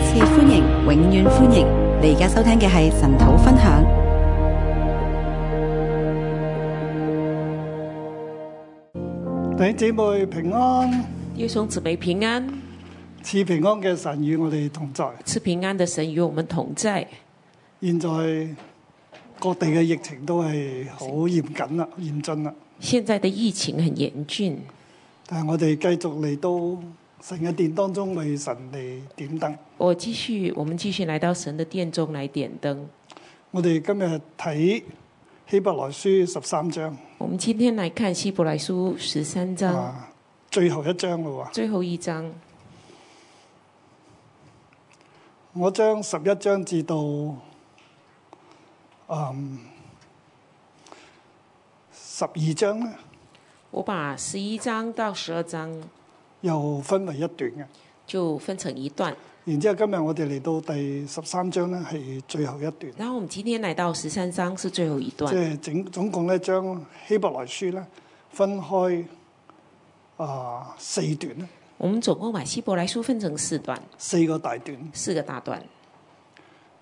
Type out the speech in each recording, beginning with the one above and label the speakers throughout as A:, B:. A: 次歡迎，永遠歡迎。你而家收聽嘅係神土分享。
B: 弟兄姊妹平安，
C: 弟兄姊妹平安，
B: 賜平安嘅神與我哋同在。
C: 赐平安的神与我们同在。
B: 現在各地嘅疫情都係好嚴謹啦，嚴峻啦。
C: 现在的疫情很严峻，
B: 但係我哋繼續嚟到神嘅殿當中為神嚟點燈。
C: 我继续，我们继续来到神的殿中来点灯。
B: 我哋今日睇希伯來書十三章
C: 我们今天来看希伯来书十三章
B: 啊，最後一章啦喎。
C: 最后一章，
B: 我將十一章至到嗯十二章咧，
C: 我把十一章到十二章
B: 又分為一段嘅。
C: 就分成一段，
B: 然之後今日我哋嚟到第十三章咧，係最後一段，
C: 然后我们今天来到十三章是最后一
B: 即
C: 段。
B: 係整總共咧將希伯來書咧分開啊、四段咧，
C: 我们总共把希伯来书分成四段，
B: 四個大段。
C: 四个大段。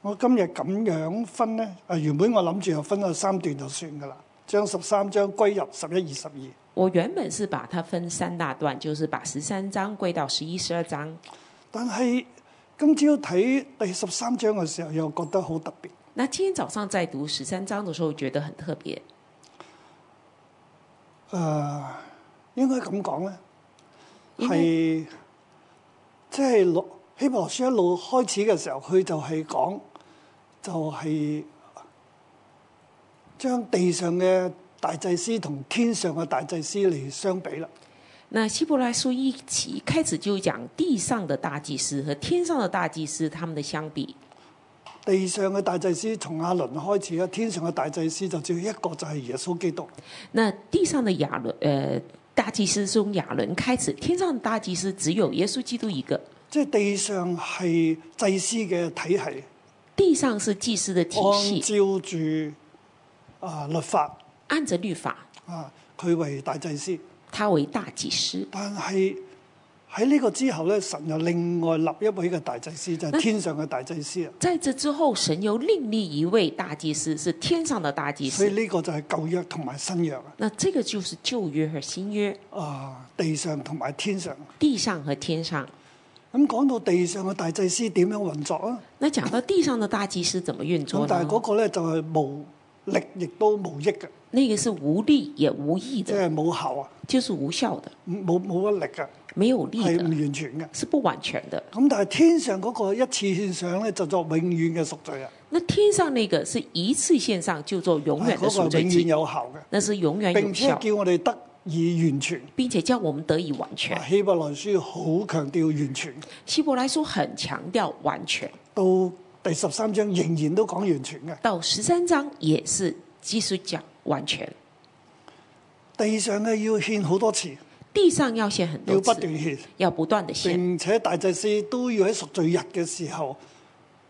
B: 我今日咁樣分咧，啊原本我諗住又分咗三段就算噶啦，將十三章歸入十一、二、十二。
C: 我原本是把它分三大段，就是把十三章归到十一、十二章。
B: 但係今朝睇第十三章嘅時候，又覺得好特別。
C: 那今天早上在读十三章的时候，觉得很特别。
B: 誒、應該咁講咧，
C: 應該
B: 係即係羅希伯來書一路開始嘅時候，佢就係講就係、將地上嘅大祭司同天上嘅大祭司嚟相比啦。
C: 那希伯来书一起开始就讲地上的大祭司和天上的大祭司他们的相比。
B: 地上嘅大祭司從亞倫開始啦，啊天上嘅大祭司就只有一個就係耶穌基督。
C: 那地上的亚伦，呃，大祭司是从亚伦开始，天上的大祭司只有耶稣基督一个。
B: 即係地上係祭司嘅體系，
C: 地上是祭司的体
B: 按
C: 系，
B: 照住啊律法
C: 按着律法，
B: 啊，佢為大祭司。
C: 他为大祭司。
B: 但係喺呢個之後咧，神又另外立一位嘅大祭司，
C: 嗯
B: 就係、天上嘅大祭司啊。
C: 在这之后，神又另立一位大祭司，是天上的大祭
B: 所以
C: 司。
B: 呢個就係舊約同埋新約啊，
C: 那这个就是旧约和新约，
B: 啊地上同埋天上。
C: 地上和天上。
B: 咁講到地上嘅大祭司點樣運作啊？
C: 那讲到地上的大祭司怎么运
B: 咁
C: 作
B: 但係嗰
C: 呢？
B: 個咧就係、無力，亦都無益嘅，
C: 那个是无力也无
B: 即
C: 益的，
B: 係冇效啊，
C: 就是无效的，
B: 冇冇乜力啊，
C: 没有力
B: 係唔
C: 的，
B: 完全嘅。
C: 是不完全的。
B: 咁但係天上嗰個一次獻上咧，就作永遠嘅贖罪啊，
C: 那天上那个是一次獻上就做永
B: 係
C: 啊远的
B: 嗰
C: 赎
B: 個
C: 罪
B: 永遠
C: 祭，
B: 有效嘅。
C: 那是永远
B: 並
C: 有
B: 且
C: 效，
B: 叫我哋得以完全。
C: 并且叫我们得以完全。
B: 希伯來書好強調完全，
C: 希伯来书很强调完全，
B: 到第十三章仍然都講完全嘅。
C: 到十三章也是继续讲完全。
B: 地上嘅要獻好多次，
C: 地上要献很
B: 要不
C: 多次，
B: 斷獻，
C: 要不断的献，
B: 並且大祭司都要喺贖罪日嘅時候，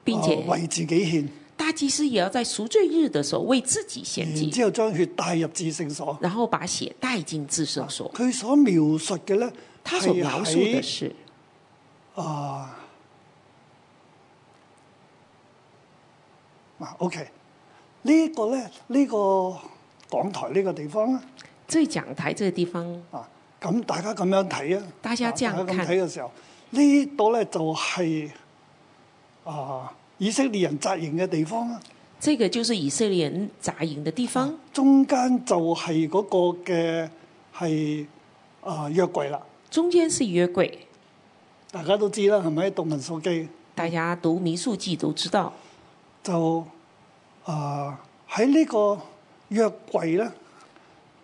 C: 并且
B: 呃為自己獻，
C: 大祭司也要在赎罪日的时候为自己献
B: 然
C: 祭，
B: 之後將血帶入至聖所。
C: 然后把血带进至圣所。
B: 佢所描述嘅呢，
C: 他所
B: 係
C: 描述
B: 喺
C: 的是
B: 啊 OK 呢個呢，呢、個港台呢個地方啦，
C: 这讲台这个地方，
B: 啊咁大家咁樣睇啊，
C: 大家這樣
B: 啊大家咁
C: 看
B: 睇嘅時候，呢度呢就係、啊以色列人紮營嘅地方啊啦。
C: 这个就是以色列人扎营的地
B: 啊
C: 方，
B: 中間就係嗰個嘅係啊約櫃啦，
C: 中间是约柜。
B: 大家都知啦，係咪？讀民數記
C: 大家读民数记都知道，
B: 就啊喺呢個約櫃咧，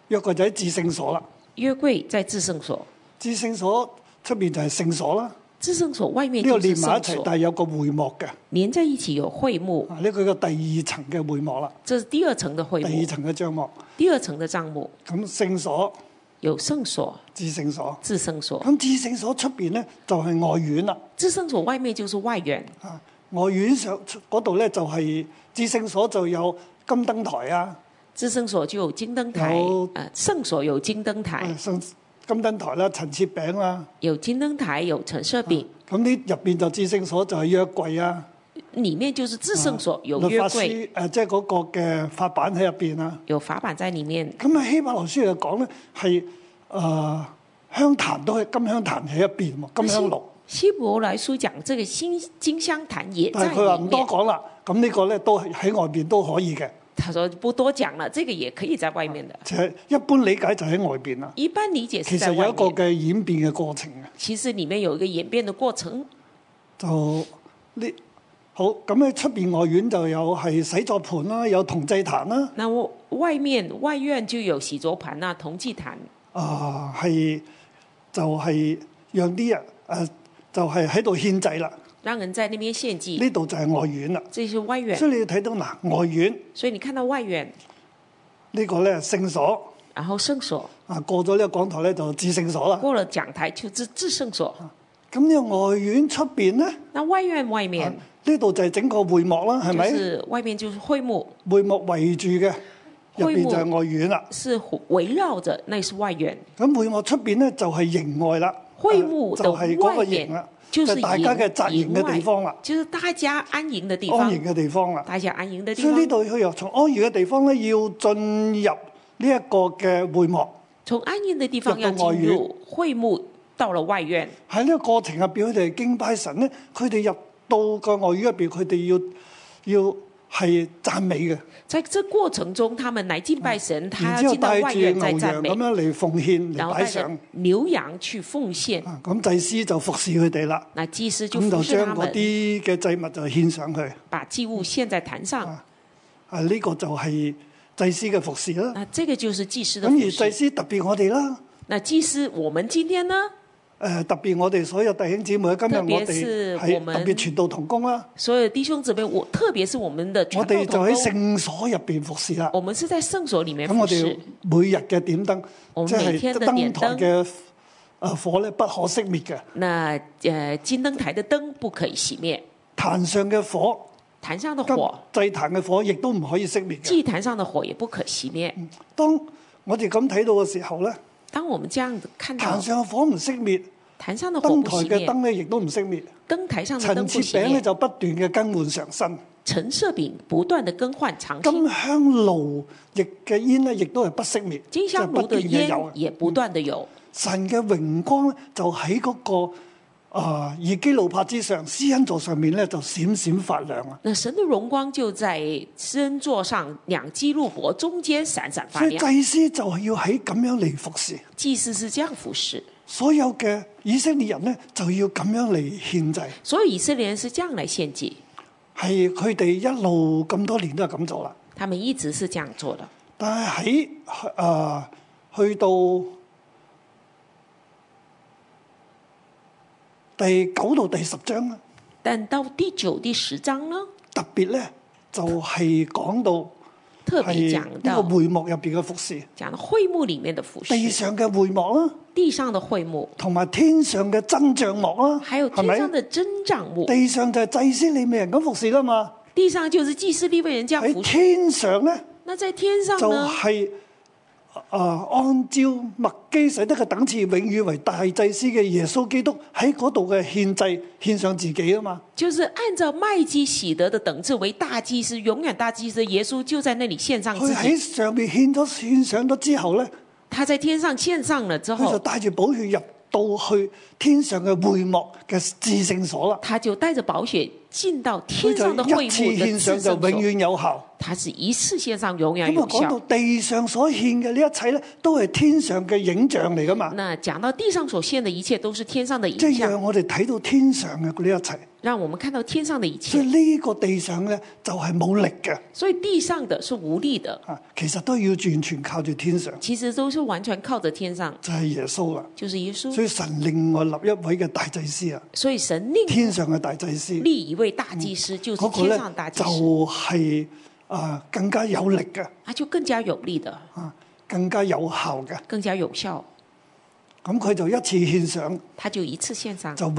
B: 約櫃就喺至聖所啦，
C: 约柜在至圣所，
B: 至聖所出邊就係聖所啦。
C: 至圣所外面
B: 呢度
C: 就是
B: 連埋一
C: 圣
B: 齊，
C: 所，
B: 但係有個會幕嘅，
C: 连在一起有会幕，
B: 啊呢個個第二層嘅會幕啦，
C: 这是第二层的会
B: 第二
C: 幕，
B: 層嘅帳幕。
C: 第二层的帐幕
B: 咁聖所、
C: 有圣所、
B: 至聖所，
C: 至圣所，
B: 咁至聖所出邊咧就係外院啦。
C: 至圣所外面就是外院，
B: 啊，外院上嗰度咧就係、至聖所就有金燈台啊，
C: 至圣所就有金灯台
B: 有，嗯
C: 呃，圣所有金灯台
B: 啊，上金燈台啦、陳設餅啦，
C: 有金灯台，有陈设饼，
B: 咁呢入邊就至聖所就係約櫃啊，
C: 里面就是至圣所有
B: 律
C: 约
B: 嗯法
C: 柜，
B: 書啊誒，即係嗰個嘅法版喺入邊啊。
C: 有法版在里面。
B: 咁喺希伯來書嚟講咧，係誒、呃香壇都係金香壇喺入邊喎，金香爐。
C: 希伯来书讲这个新金香坛也
B: 但
C: 在
B: 係佢話
C: 里
B: 唔多
C: 面。
B: 講啦，咁呢個咧都係喺外邊都可以嘅，
C: 他说不多讲了，这个也可以在外面的。
B: 就係一般理解就喺外邊啦。
C: 一般理解
B: 其
C: 是
B: 實
C: 在
B: 有
C: 外
B: 一個
C: 面，
B: 嘅演變嘅過程嘅，
C: 其實里面有一个演变的过程。
B: 就呢好咁喺出邊外院就有係洗作盤啦，有銅祭壇啦，
C: 那我外面外院就有洗濯盘呐、铜祭坛，
B: 啊係就係、讓啲人誒、呃就係喺度獻祭啦，
C: 让人在那边献祭。
B: 呢度就係外院啦。
C: 这是外院
B: 所，以你要睇到嗱，外院
C: 所以你看到外院，
B: 呢、個咧聖所
C: 然後聖所
B: 啊，過咗呢個講台咧就至聖所啦。
C: 過了講台就至至聖所。
B: 咁呢個外院出邊咧，
C: 那外院外
B: 啊
C: 面
B: 呢度就係整個會幕啦，係
C: 就
B: 啊咪？
C: 是外面就是會幕，
B: 會幕圍住嘅，入
C: 會
B: 邊
C: 幕
B: 就係外院啦。
C: 是圍繞着，那是外院。
B: 咁會幕出邊咧就係營外啦，
C: 會幕
B: 就
C: 的
B: 係嗰個
C: 外
B: 營
C: 面
B: 啦，
C: 就
B: 就是係大家嘅紮營
C: 營
B: 嘅地方啦
C: 外，，就是大家安營的地
B: 安
C: 方
B: 營，嘅地方啦。
C: 大家安營的地
B: 所以呢
C: 方。
B: 度佢又從安營嘅地方咧，要進入呢一個嘅會幕。
C: 從安營的地方
B: 入
C: 要
B: 到外
C: 進
B: 院
C: 入會幕，到了外院。
B: 喺呢個過程入邊，佢哋敬拜神咧，佢哋入到個外院入邊，佢哋要要係讚美嘅，
C: 在這過程中，他們來敬拜神，他
B: 然
C: 要
B: 之後
C: 進到
B: 帶
C: 外
B: 住牛
C: 院再
B: 羊
C: 讚
B: 咁
C: 美，
B: 樣嚟奉獻
C: 然
B: 嚟
C: 後
B: 擺
C: 帶着
B: 上。
C: 牛羊去奉獻。
B: 啊咁祭司就服侍佢哋啦，
C: 那祭司就
B: 咁就
C: 服侍
B: 將
C: 他
B: 嗰
C: 們，
B: 啲嘅祭物就獻上去。
C: 把祭物獻在壇上。
B: 啊，呢、個就係祭司嘅服侍啦。
C: 那這個就是祭司的
B: 咁
C: 服
B: 而祭
C: 侍。
B: 司特別我哋啦，
C: 那祭司，我們今天呢，
B: 誒、特別我哋所有弟兄姊妹，今日
C: 特別
B: 我哋
C: 是我
B: 係
C: 們
B: 特別傳道同工啦，
C: 所有弟兄姊妹，我特別是我們的傳
B: 我
C: 道
B: 哋就
C: 同
B: 喺
C: 工，
B: 聖所入邊服侍啦。
C: 我們是在聖所裡面
B: 咁
C: 服
B: 我
C: 侍
B: 哋，每日嘅點燈，
C: 我
B: 即
C: 們每
B: 係
C: 天的
B: 燈
C: 點燈
B: 台嘅誒火咧不可熄滅嘅，
C: 那呃金燈台的燈不可以熄滅，
B: 壇上嘅火、
C: 壇上的
B: 金
C: 火，
B: 祭壇嘅火亦都唔可以熄滅嘅。
C: 祭壇上的火也不可熄滅。
B: 當我哋咁睇到嘅時候咧，
C: 當我們這樣子看到
B: 壇上嘅火唔熄滅，
C: 壇上的火
B: 燈
C: 嗯不
B: 台
C: 熄
B: 嘅
C: 滅，
B: 燈咧亦都唔熄滅，
C: 燈台上的燈
B: 陳
C: 不
B: 設
C: 熄
B: 餅咧
C: 滅，
B: 就不斷嘅更換上身。
C: 陳設餅不斷的更換常新，
B: 金香爐亦嘅煙咧，亦都係不熄滅，
C: 金香爐的
B: 即係不斷嘅
C: 煙
B: 有。啊
C: 也不斷的有。
B: 嗯神嘅榮光咧，就喺嗰、個啊、以基路帕之上，施恩座上面咧，就閃閃發亮啊！
C: 那神的榮光就在施恩座上，兩基路伯中間閃閃發
B: 所以
C: 亮。
B: 祭司就係要喺咁樣嚟服侍，
C: 祭司是這樣服侍，
B: 所有嘅以色列人咧就要咁樣嚟獻祭，
C: 所以以色列人是這樣來獻祭，
B: 係佢哋一路咁多年都係咁做啦。
C: 他們一直是這樣做的。
B: 但係喺啊去到第九到第十章咧。
C: 但到第九、第十章呢，
B: 特別咧就係、講到
C: 特
B: 係
C: 別講
B: 呢個
C: 到
B: 會幕入邊嘅服侍，
C: 講到會幕裡面的服侍，
B: 地上嘅會幕啦，
C: 地上的會幕，
B: 同埋天上嘅真帳幕啦，
C: 還有
B: 係
C: 天上
B: 咪？
C: 的真帳幕。
B: 地上就係祭司利未人咁服侍啦嘛，
C: 地上就是祭司立位人這樣
B: 喺
C: 服侍，
B: 天上咧
C: 那在天上
B: 就
C: 呢，
B: 係、啊按照麥基洗德嘅等次，永遠為大祭司嘅耶穌基督喺嗰度嘅獻祭獻上自己啊嘛。
C: 就是按照麦基喜德的等次為大祭司，永遠大祭司的耶穌就在那裡獻上
B: 佢
C: 自
B: 喺
C: 己。
B: 上面獻咗獻上咗之後咧，
C: 他在天上獻上了之
B: 佢就
C: 後，
B: 帶住寶血入到去天上嘅會幕嘅至聖所啦。
C: 他就帶着寶血進到
B: 佢
C: 天上的
B: 就
C: 會
B: 一
C: 幕
B: 次
C: 的
B: 獻上
C: 至
B: 就
C: 聖
B: 永
C: 所。
B: 遠有效。
C: 他是一次獻上，永
B: 咁
C: 遠
B: 啊，
C: 有
B: 講到
C: 效。
B: 地上所獻嘅呢一切咧，都係天上嘅影像嚟噶嘛，嗯
C: 那講到地上所獻的一切，都是天上的
B: 即
C: 影
B: 係
C: 像，
B: 讓我哋睇到天上嘅呢一切。
C: 讓我們看到天上的一
B: 所以
C: 切。
B: 呢個地上咧就係冇力嘅，
C: 所以地上的是無力的，
B: 啊，其實都要完全靠住天上，
C: 其實都是完全靠着天上，
B: 就係耶穌啦。
C: 就是耶穌
B: 所。以神另外立一位嘅大祭司啊，
C: 所以神另
B: 天上嘅大祭司，
C: 立一位大祭司，就是
B: 嗰個
C: 天
B: 咧
C: 上的大
B: 就
C: 祭司，
B: 係啊更加有力嘅，
C: 他就更加有力的，
B: 啊更加有效嘅。
C: 更加有效。
B: 咁佢就一次獻上。
C: 他就一次獻上，
B: 就永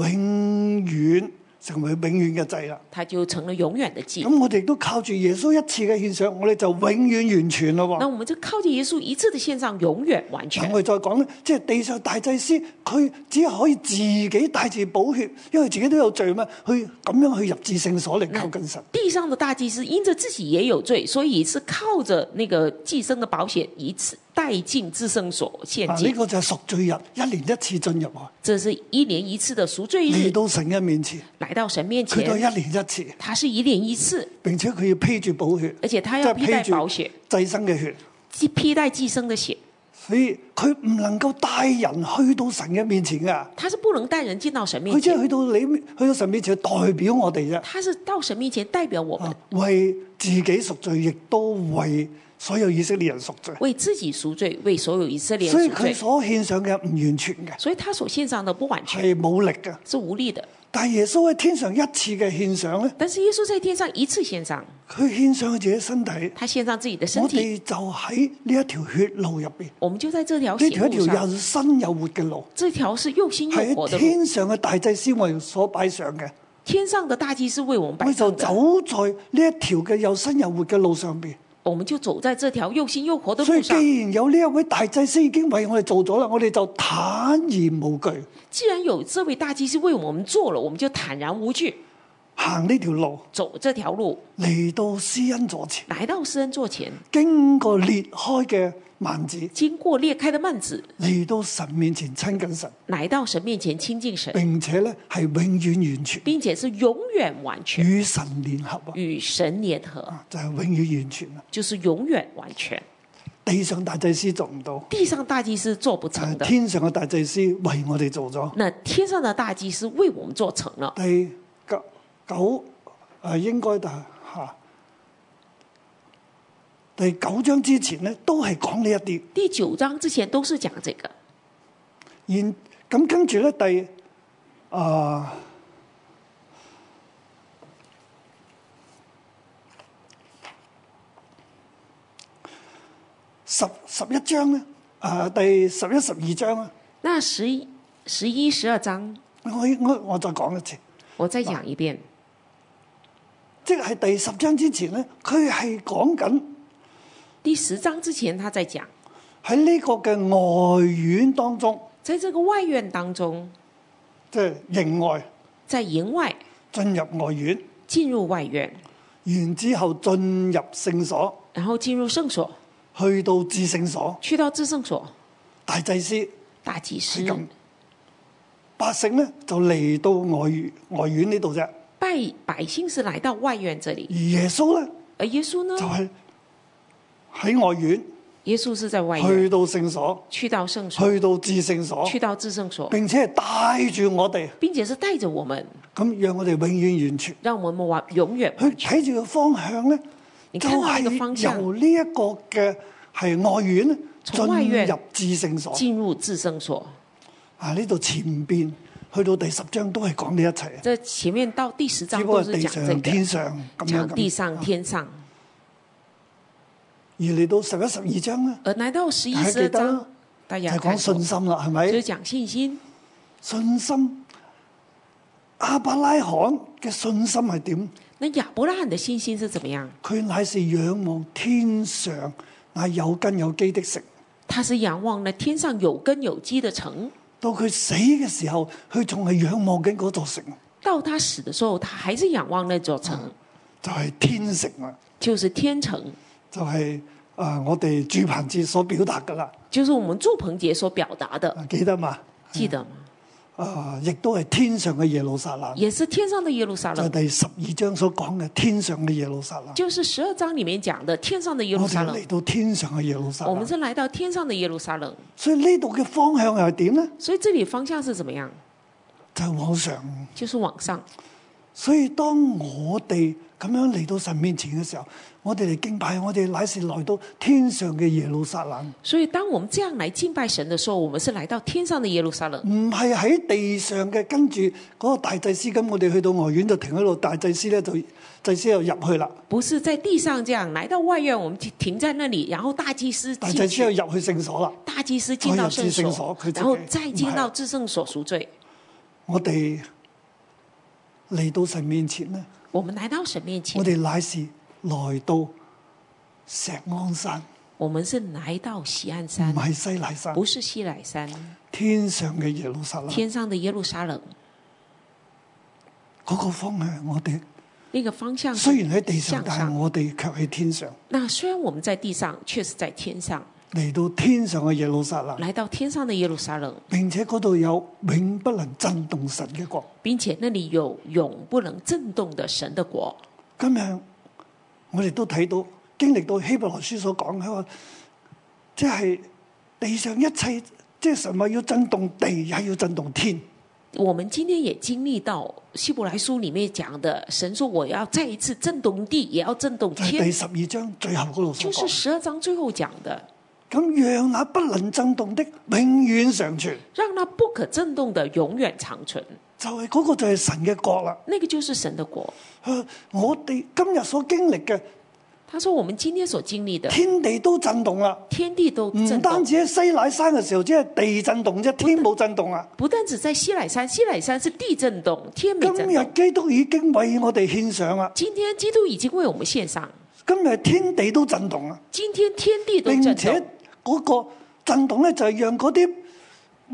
B: 遠成為永遠嘅祭啦。
C: 他就成了永远的祭。
B: 咁我哋都靠住耶穌一次嘅獻上，我哋就永遠完全咯
C: 那
B: 喎。
C: 我们就靠着耶稣一次的献上，永远完全
B: 嗱，。我哋再講咧，即係地上大祭司，佢只可以自己帶住寶血，因為自己都有罪嘛，去咁樣去入至聖所嚟靠
C: 嗯
B: 近神。
C: 地上的大祭司因着自己也有罪，所以是靠着那个寄生的保险一次带进至圣所献
B: 啊，呢、
C: 祭。
B: 個就係贖罪日，一年一次進入啊，
C: 这是一年一次的赎罪
B: 嚟
C: 日，
B: 到神嘅面前，
C: 来到神面
B: 佢都係
C: 前，
B: 一年一次，
C: 他是一年一次，
B: 並且佢要披住寶血，
C: 而且他
B: 即
C: 要
B: 係
C: 披戴
B: 披
C: 保
B: 住
C: 险，
B: 祭牲嘅血。
C: 披披戴寄生的血，
B: 所以佢唔能夠帶人去到神嘅面前噶，
C: 他是不能带人进到神面
B: 佢只係
C: 前，
B: 去到你面去到神面前代表我哋啫，
C: 他是到神面前代表我们
B: 啊，為自己贖罪，亦都為所有以色列人贖罪。
C: 为自己赎罪，为所有以色列
B: 所以
C: 人
B: 佢
C: 赎罪。
B: 所獻上嘅唔完全嘅，
C: 所以他所献上的不完全，
B: 係冇力嘅。
C: 是无力的。
B: 但係耶穌喺天上一次嘅獻上咧，
C: 但是耶稣在天上一次献上，
B: 佢獻上佢自己身體，
C: 他献上自己的身
B: 我
C: 体，
B: 哋就喺呢一條血路入邊，呢
C: 我们就在这条
B: 條
C: 血
B: 一
C: 路
B: 條
C: 上
B: 又。新又活嘅路，
C: 这条是又新又
B: 係
C: 活
B: 喺
C: 的路，
B: 天上嘅大祭司為所擺上嘅。
C: 天上的大祭司为我们摆
B: 佢就
C: 上的，
B: 走在呢一條嘅又新又活嘅路上邊。
C: 我们就走在这条又新又活的
B: 所
C: 路
B: 以
C: 上。
B: 既然有呢一位大祭司已經為我哋做咗啦，我哋就坦然無懼
C: 既然有这位大祭司为我们做了，我们就坦然无惧
B: 行呢條路
C: 走这条路，
B: 嚟到施恩座前，
C: 来到施恩座前，
B: 經過裂開嘅幔子，
C: 经过裂开的幔子，
B: 嚟到神面前親近神，
C: 来到神面前亲近神，
B: 並且咧係永遠完全
C: 并且是永远完全
B: 與神聯合啊！
C: 与神联合，
B: 啊就係永遠完全啊！
C: 就是永远完全。
B: 地上大祭司做唔到，
C: 地上大祭司做不
B: 但
C: 成
B: 係
C: 的，
B: 啊天上嘅大祭司為我哋做咗。
C: 那天上的大祭司为我们做成了。
B: 第九九誒應該但嚇、第九章之前咧，都係講呢一啲。
C: 第九章之前都是讲这个，
B: 然咁跟住咧，第啊、十十一章咧，啊、第十一十二章啊，
C: 那十一、十一、十二章，
B: 我我我再講一次。
C: 我再讲一遍。
B: 即係第十章之前咧，佢係講緊
C: 第十章之前，他在讲，
B: 喺呢個嘅外院當中，
C: 在这个外院当中，
B: 即係營外
C: 在营外
B: 進入外院，
C: 进入外院，
B: 然之後進入聖所，
C: 然后进入圣所，
B: 去到至聖所，
C: 去到至圣所，
B: 大祭司
C: 大祭司
B: 係咁。百姓咧就嚟到外院外院呢度啫，而
C: 拜百姓是来到外院这里，
B: 耶穌咧
C: 而耶稣
B: 就
C: 呢，
B: 係、喺外院
C: 耶稣是在外院，
B: 去到聖所，
C: 去到圣所，
B: 去哦到至聖所，
C: 去到至圣所，
B: 並且係帶住我哋，
C: 并且是带着我们，
B: 咁讓我哋永遠完全。
C: 让我们往永远
B: 佢
C: 完全。
B: 睇住個方向咧，
C: 你
B: 就
C: 看到那个
B: 係
C: 方向
B: 由呢一個嘅係外院咧進
C: 從外院
B: 入至聖所。
C: 进入至圣所，
B: 啊，呢度前邊去到第十章都係講呢一切，
C: 这前面到第十
B: 只
C: 章
B: 不
C: 都
B: 過
C: 是
B: 地
C: 讲这
B: 上、天
C: 个，
B: 上啊咁樣
C: 讲
B: 咁。
C: 地上、天上。
B: 而嚟到十一、十二章咧，
C: 而来到十一、
B: 大家記
C: 十二
B: 得啦
C: 章，大
B: 就
C: 家
B: 係
C: 看
B: 講
C: 过
B: 信心啦，係
C: 就是
B: 咪？
C: 讲信心。
B: 信心，亞伯拉罕嘅信心係點？
C: 那亚伯拉罕的信心是怎么样？
B: 佢乃是仰望天上那有根有基的城。
C: 他是仰望那天上有根有基的城，
B: 到佢死嘅時候，佢仲係仰望緊嗰座城，
C: 到他死的时候，他还是仰望那座
B: 啊
C: 城，
B: 就係、天城啦。
C: 就是天城，
B: 就係、啊、我哋住棚節所表達噶啦，
C: 就是我们祝鹏杰所表达的，
B: 啊記得嘛？
C: 记得吗？
B: 啊、亦都係天上嘅耶路撒冷，
C: 也是天上的耶路撒
B: 就係
C: 冷，
B: 第十二章所講嘅天上嘅耶路撒冷。
C: 就是十二章里面讲的天上的耶路
B: 我
C: 撒
B: 哋
C: 冷
B: 嚟。到天上嘅耶路撒
C: 我们
B: 冷，
C: 是来到天上的耶路撒冷，
B: 所以呢度嘅方向又係點呢？
C: 所以这里方向是怎么样？
B: 就係往上。
C: 就是往上。
B: 所以當我哋咁樣嚟到神面前嘅時候，我哋嚟敬拜，我哋乃是來到天上嘅耶路撒冷，
C: 所以当我们这样来敬拜神的时候，我们是来到天上的耶路撒冷。
B: 唔係喺地上嘅。跟住嗰個大祭司咁，我哋去到外院就停喺度，大祭司咧就祭司又入去啦。
C: 不是在地上这样，来到外院，我们停停在那里，然后大祭司
B: 大
C: 进
B: 祭司
C: 去，
B: 又入去聖所啦。
C: 大祭司进到圣
B: 哎呀至圣所
C: 所
B: 佢自，己
C: 然后再进到至圣所赎罪。
B: 我哋嚟到神面前呢，
C: 我们来到神面前
B: 我，哋乃是來到石安山，
C: 我们是来到西安
B: 唔
C: 山，
B: 係西乃山，
C: 不是西乃山，
B: 天上嘅耶路撒冷
C: 天上的耶路撒冷
B: 嗰個方向，我哋
C: 那个方向。
B: 雖然喺地上，
C: 向
B: 但係
C: 上，
B: 我哋卻喺天上，
C: 那虽然我们在地上，却是在天上，
B: 嚟到天上嘅耶路撒冷，
C: 来到天上的耶路撒冷，
B: 並且嗰度有永不能震動神嘅國。
C: 并且那里有永不能震动的神的国。
B: 今日我哋都睇到經歷到希伯來書所講佢話，即係地上一切，即係神話要震動地，也要震動天。
C: 我们今天也经历到希伯来书里面讲的，神说我要再一次震动地，也要震动
B: 就係第
C: 天，
B: 十二章最後嗰度
C: 就
B: 所講。
C: 是十二章最后讲的，
B: 咁讓那不能震動的永遠常存，
C: 让那不可震动的永远长存，
B: 就係、嗰個就係神嘅國啦。
C: 那个就是神的国。
B: 佢話我哋今日所經歷嘅
C: 他说我们今天所经历的，
B: 天地都震動啦，
C: 天地都
B: 唔
C: 震
B: 單
C: 动，
B: 止喺西乃山嘅時候，只係地震動 啫，天冇震動啊。
C: 不但只在西乃山，西乃山是地震动，天没
B: 今
C: 震
B: 日
C: 动。
B: 基督已經為我哋獻上啦，
C: 今天基督已经为我们献上，
B: 今日天地都震動啦。啊
C: 今天天地都
B: 並
C: 震
B: 且
C: 动，
B: 嗰個震動咧，就係讓嗰啲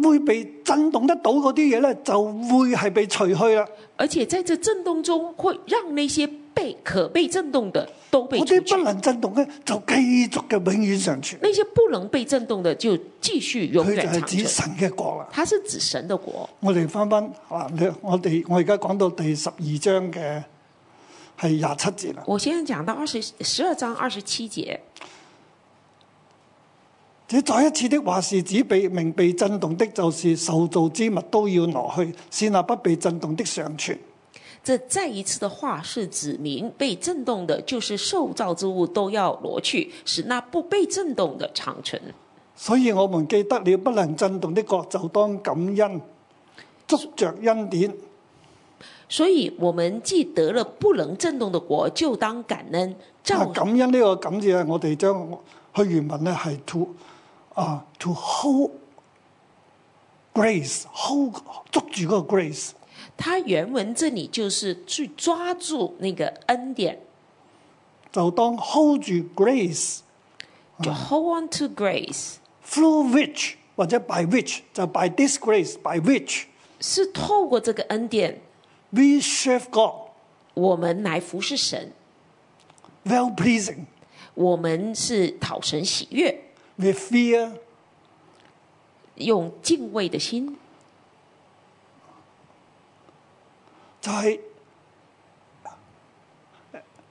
B: 會被震動得到嗰啲嘢咧，就會係被除去啦。
C: 而且在这震动中会让那些被可被震动的都被
B: 嗰
C: 除
B: 啲
C: 去
B: 不。能震動咧，就繼續嘅永遠常存。
C: 那些不能被震动的，就继续永
B: 佢
C: 远
B: 就係
C: 长
B: 指
C: 存。
B: 神嘅國啦。
C: 它是指神的国。
B: 我哋翻翻啊，你我哋我而家講到第十二章嘅係廿七節啦。
C: 我先讲到二十十二章二十七节，
B: 這再一次的話是指被明被震動的，就是受造之物都要挪去，是那不被震動的常存。
C: 这再一次的话是指明被震动的，就是受造之物都要挪去，使那不被震动的长存。
B: 所以我们記得了不能震動的國，就當感恩，執着恩典。
C: 所以我们既得了不能震动的国，就当感恩，
B: 啊
C: 照，
B: 感恩呢個感字咧，我哋將佢原文咧係 to 啊 to hold grace，hold 捉住嗰個 grace，
C: 它原文这里就是去抓住那个恩典，
B: 就當 hold 住 grace
C: 就 hold on to grace。
B: through which 或者 by which 就 by this grace by which
C: 是透过这个恩典，
B: we serve God
C: 我们来服侍神，
B: well pleasing
C: 我们是讨神喜悦，
B: with fear
C: 用敬畏的心，
B: 就係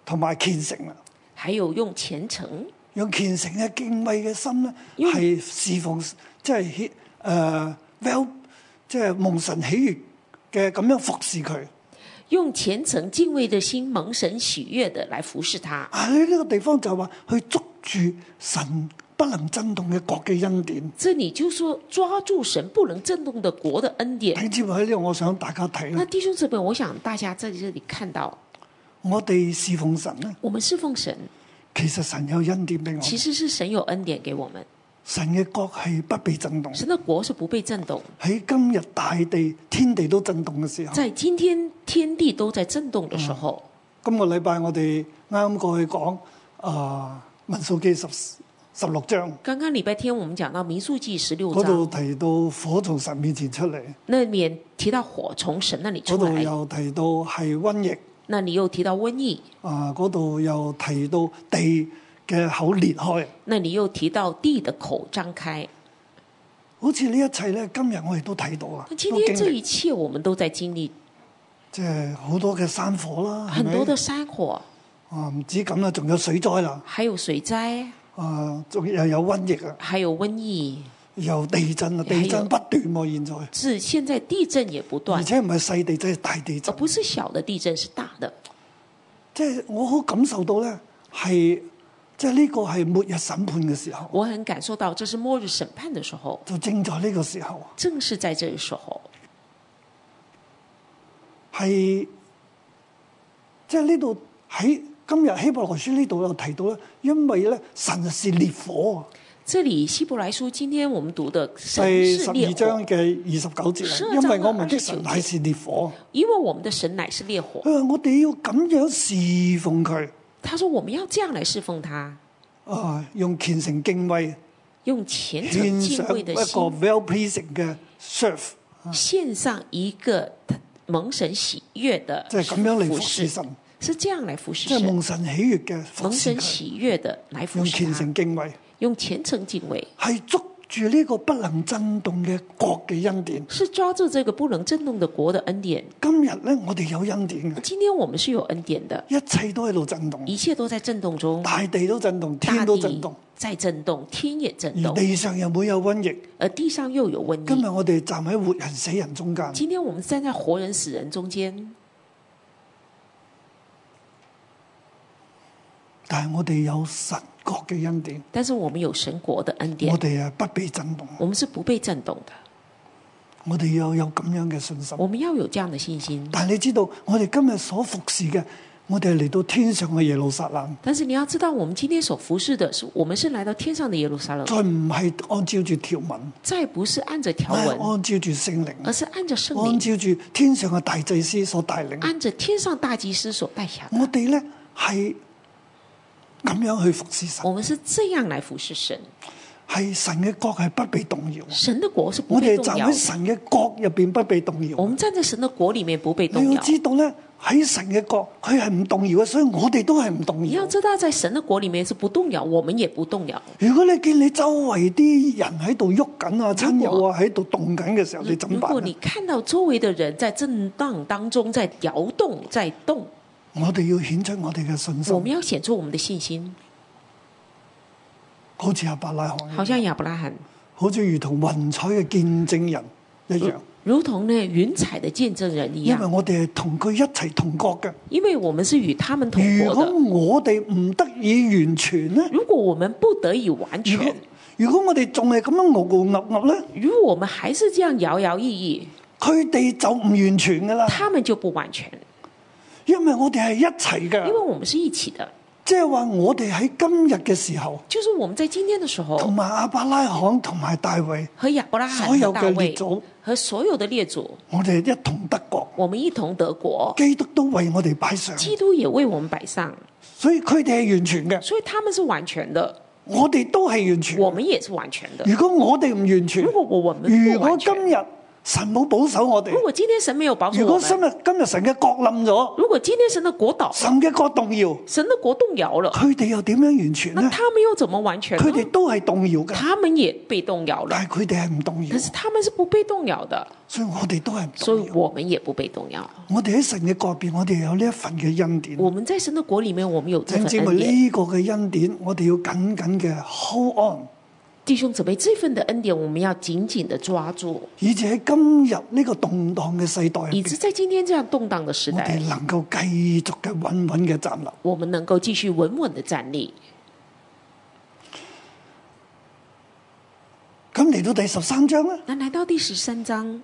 B: 同埋虔誠啦。
C: 还有用虔诚，
B: 用虔誠嘅敬畏嘅心咧，
C: 因為
B: 係侍奉，即係喜誒 well，即係蒙神喜悅嘅咁樣服侍佢。
C: 用虔诚敬畏的心蒙神喜悦的来服侍他。
B: 啊，喺呢個地方就係話去捉住神不能震動嘅國嘅恩典。
C: 这里就说抓住神不能震动的国的恩典。
B: 聽之喺呢度，我想大家睇
C: 那
B: 啦。
C: 弟兄姊妹，我想大家在这里看到，
B: 我哋侍奉神咧，
C: 我们侍奉神，
B: 其實神有恩典俾我哋。
C: 其实是神有恩典给我们，
B: 神嘅國係不被震動。
C: 神的国是不被震动。
B: 喺今日大地天地都震動嘅時候，
C: 在今天天地都在震动的时候，
B: 今個禮拜我哋啱啱過去講啊、民數記十十六章。
C: 刚刚礼拜天我们讲到民数记十六
B: 嗰度
C: 章，
B: 提到火從神面前出嚟，
C: 那里面提到火从神那里
B: 嗰
C: 出
B: 度
C: 来，
B: 又提到係瘟疫，
C: 那里又提到瘟疫，
B: 啊，嗰度又提到地嘅口裂開，
C: 那里又提到地的口张开。
B: 好似呢一切咧，今日我哋都睇到啦，
C: 那
B: 都
C: 今
B: 經
C: 天这一
B: 歷，
C: 切我们都在经历
B: 即係好多嘅山火啦，係
C: 很多
B: 咪
C: 的山火，
B: 啊，唔止咁啦，仲有水災啦，
C: 还有水灾，
B: 啊，仲又有瘟疫啊，
C: 还有瘟疫，
B: 又地震啊，地震不斷喎、現在，
C: 至现在地震也不
B: 而
C: 断，
B: 且唔係細地震，係大地
C: 而
B: 震，
C: 不是小的地震，是大的。
B: 即係我好感受到咧，係即係呢個係末日審判嘅時候，
C: 我很感受到这是末日审判的时候，
B: 就正在呢個時候。
C: 正是在这个时候，
B: 係即係呢度喺今日希伯來書呢度有提到咧，因為咧神是烈火啊，
C: 这里希伯来书今天我们读的神
B: 第
C: 是
B: 十
C: 烈
B: 二
C: 火，
B: 章嘅二十九節
C: 十
B: 啊，
C: 二
B: 因
C: 章
B: 為
C: 嘅
B: 我們的
C: 29
B: 神
C: 節
B: 乃是烈火。
C: 因为我们的神乃是烈火。
B: 佢話我哋要咁樣侍奉佢，
C: 他说我们要这样来侍奉他，
B: 啊，用虔誠敬畏
C: 用虔诚
B: 獻
C: 敬
B: 上
C: 畏
B: 一個
C: 的心
B: well pleasing 嘅 serve，
C: 献上一个蒙神喜悦的
B: 即係咁樣嚟服
C: 服
B: 侍
C: 侍，
B: 神，
C: 是这样来服侍
B: 即係
C: 神，
B: 蒙神喜悅嘅服
C: 蒙
B: 侍
C: 神
B: 佢，
C: 喜悦的来服
B: 用
C: 侍
B: 虔
C: 他
B: 誠，敬畏
C: 用虔诚敬畏，
B: 係捉住呢個不能震動嘅國嘅恩典。
C: 是抓住这个不能震动的國的恩典。
B: 今日咧，我哋有恩典嘅，
C: 今天我们是有恩典的，
B: 一切都喺度震動，
C: 一切都在震动中，
B: 大地都震動，
C: 大
B: 天都震
C: 地
B: 動，
C: 在震动，天也震
B: 而
C: 动，
B: 地上又會有瘟疫。
C: 而地上又有瘟
B: 今日
C: 疫。
B: 我哋站喺活人死人中間，
C: 今天我们站在活人死人中间，
B: 但係我哋有神國嘅恩典，
C: 但是我们有神國的恩典
B: 我，哋啊不被震動。
C: 我们是不被震动的。
B: 我哋要有咁樣嘅信心。
C: 我们要有这样的信心。
B: 但係你知道，我哋今日所服侍嘅，我哋係嚟到天上嘅耶路撒冷，
C: 但是你要知道，我们今天所服侍的是，我们是来到天上的耶路撒冷，
B: 再唔係按照住條文，
C: 再不是按着条
B: 係
C: 文，
B: 按照住聖靈，
C: 而是按着圣
B: 按
C: 灵，
B: 照住天上嘅大祭司所帶領。
C: 按着天上大祭司所带辖的。
B: 我哋咧係咁樣去服侍神，
C: 我们是这样来服侍神，
B: 係神嘅國係不被動搖。
C: 神的国是不
B: 我
C: 被
B: 哋係
C: 动
B: 站
C: 摇
B: 喺
C: 的。
B: 神嘅國入邊不被動
C: 我
B: 搖。
C: 们站在神的国里面不被动
B: 你要
C: 摇。
B: 知道咧，喺神嘅國，佢係唔動搖嘅，所以我哋都係唔動
C: 你
B: 搖
C: 要。知道，在神的国里面是不动摇，我们也不动摇。
B: 如果你見你周圍啲人喺度喐緊啊、親友啊喺度動緊嘅時候，你怎
C: 如
B: 麼
C: 果
B: 辦
C: 你
B: 呢？
C: 看到周围的人在震荡当中在摇动、在动，
B: 我哋要顯出我哋嘅信
C: 我们
B: 心，
C: 要显出我们的信心，
B: 好似阿伯拉罕一樣，
C: 好像亚伯拉罕，
B: 好似如同雲彩嘅見證人一樣，
C: 如同呢云彩的见证人一
B: 因
C: 样
B: 為。我哋係同佢一齊同國嘅。
C: 因为我们是与他们同
B: 如
C: 国
B: 果
C: 的。
B: 我哋唔得以完全呢？
C: 如果我们不得已完
B: 如果
C: 全，
B: 如果我哋仲係咁樣傲傲噏噏呢，
C: 如果我们还是这样摇摇曳曳，
B: 佢哋就唔完全噶啦，
C: 他们就不完全，
B: 因為我哋係一齊
C: 因为
B: 嘅，
C: 我们是一起的。
B: 即係話我哋喺今日嘅時候，
C: 就是我们在今天的时
B: 同
C: 候，
B: 埋阿伯拉罕同埋大衛。
C: 和亚伯拉罕、
B: 所有
C: 和
B: 嘅
C: 大
B: 列
C: 卫
B: 祖
C: 和所有的列祖，
B: 我哋一同德國，
C: 我们一同得国，
B: 基督都為我哋擺上，
C: 基督也为我们摆上，
B: 所以佢哋係完全嘅，
C: 所以他们是完全的，
B: 我哋都係完全。
C: 我们也是完全的。
B: 如果我哋唔完全
C: 如，果我们
B: 如
C: 不
B: 果
C: 完
B: 今
C: 全，
B: 日神冇保守我哋
C: 如，果今天神没有保守
B: 如
C: 哦我
B: 果今
C: 们，
B: 日今日神嘅國冧咗，
C: 如果今天神的国倒，
B: 神嘅國動搖，
C: 神的国动摇了，
B: 佢哋又點樣完全
C: 那
B: 呢？
C: 他们又怎么完全
B: 佢
C: 呢？
B: 哋都係動搖嘅，
C: 他们也被动摇了，
B: 但係佢哋係唔動搖
C: 可，是他們是不被動搖的，
B: 所以我哋都係唔
C: 所
B: 動
C: 以
B: 搖。
C: 我們也不被動搖。
B: 我哋喺神嘅國入邊，我哋有呢一份嘅恩典。
C: 我們在神的國里面，我們有
B: 弟兄
C: 這份
B: 姊妹
C: 恩典。
B: 呢個嘅恩典，我哋要緊緊嘅 hold on。
C: 弟兄姊妹，這份的恩典我們要緊緊的抓住，
B: 以至喺今日呢個動盪嘅世代入
C: 以
B: 邊
C: 致，在今天這樣動盪哎的時
B: 我哋
C: 代，
B: 能夠繼續嘅穩穩嘅站立。
C: 我們能夠繼續穩穩的站立。
B: 咁嚟到第十三章咧，
C: 那來到第十三章，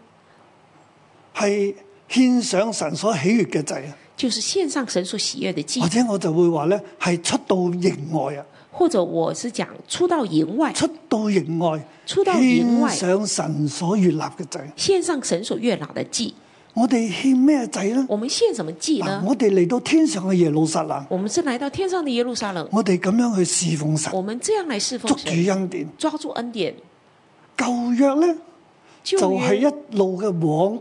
B: 係獻上神所喜悦嘅祭啊，
C: 就是獻上神所喜悦的祭
B: 或，者我就會話咧係出到營外啊，
C: 或者我是講出到營外，
B: 出到營外，
C: 出到營外
B: 獻上神所悦納嘅祭。
C: 獻上神所悦納的祭。
B: 我哋獻咩祭呢？
C: 我們獻什麼祭
B: 嗱，
C: 呢？
B: 我哋嚟到天上嘅耶路撒冷，
C: 我們是來到天上的耶路撒冷，
B: 我哋咁樣去侍奉神，
C: 我們這樣來侍
B: 捉
C: 哦奉
B: 住
C: 神，
B: 恩典。
C: 抓住恩典。
B: 舊約咧就
C: 就
B: 係
C: 約
B: 一路嘅往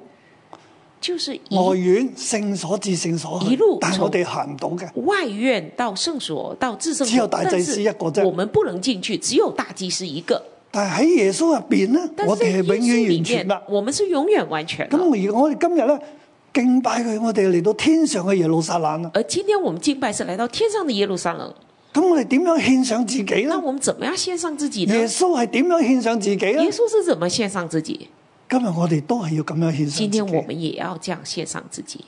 C: 就是
B: 外
C: 以
B: 院聖所至聖所去
C: 一路，
B: 但係
C: 從
B: 我哋行唔到嘅。
C: 外院到圣所到至圣所，
B: 只有大祭司一個啫
C: 但是我们不能进去，只有大祭司一个。
B: 但係喺耶穌入邊咧，
C: 但是
B: 我
C: 在
B: 哋
C: 耶
B: 係永
C: 稣
B: 遠
C: 里
B: 完全
C: 面
B: 啦，。
C: 我们是永远完全
B: 咁
C: 的。
B: 而我哋今日咧敬拜佢，我哋嚟到天上嘅耶路撒冷啦。
C: 而今天我们敬拜是来到天上的耶路撒冷，
B: 咁我哋點樣獻上自己咧
C: 那？我们怎么样献上自己呢？
B: 耶
C: 耶
B: 穌係點樣獻上自己咧？
C: 稣是怎么献上自己？
B: 今日我哋都係要咁樣獻上自
C: 今天我
B: 己。
C: 们也要这样献上自己。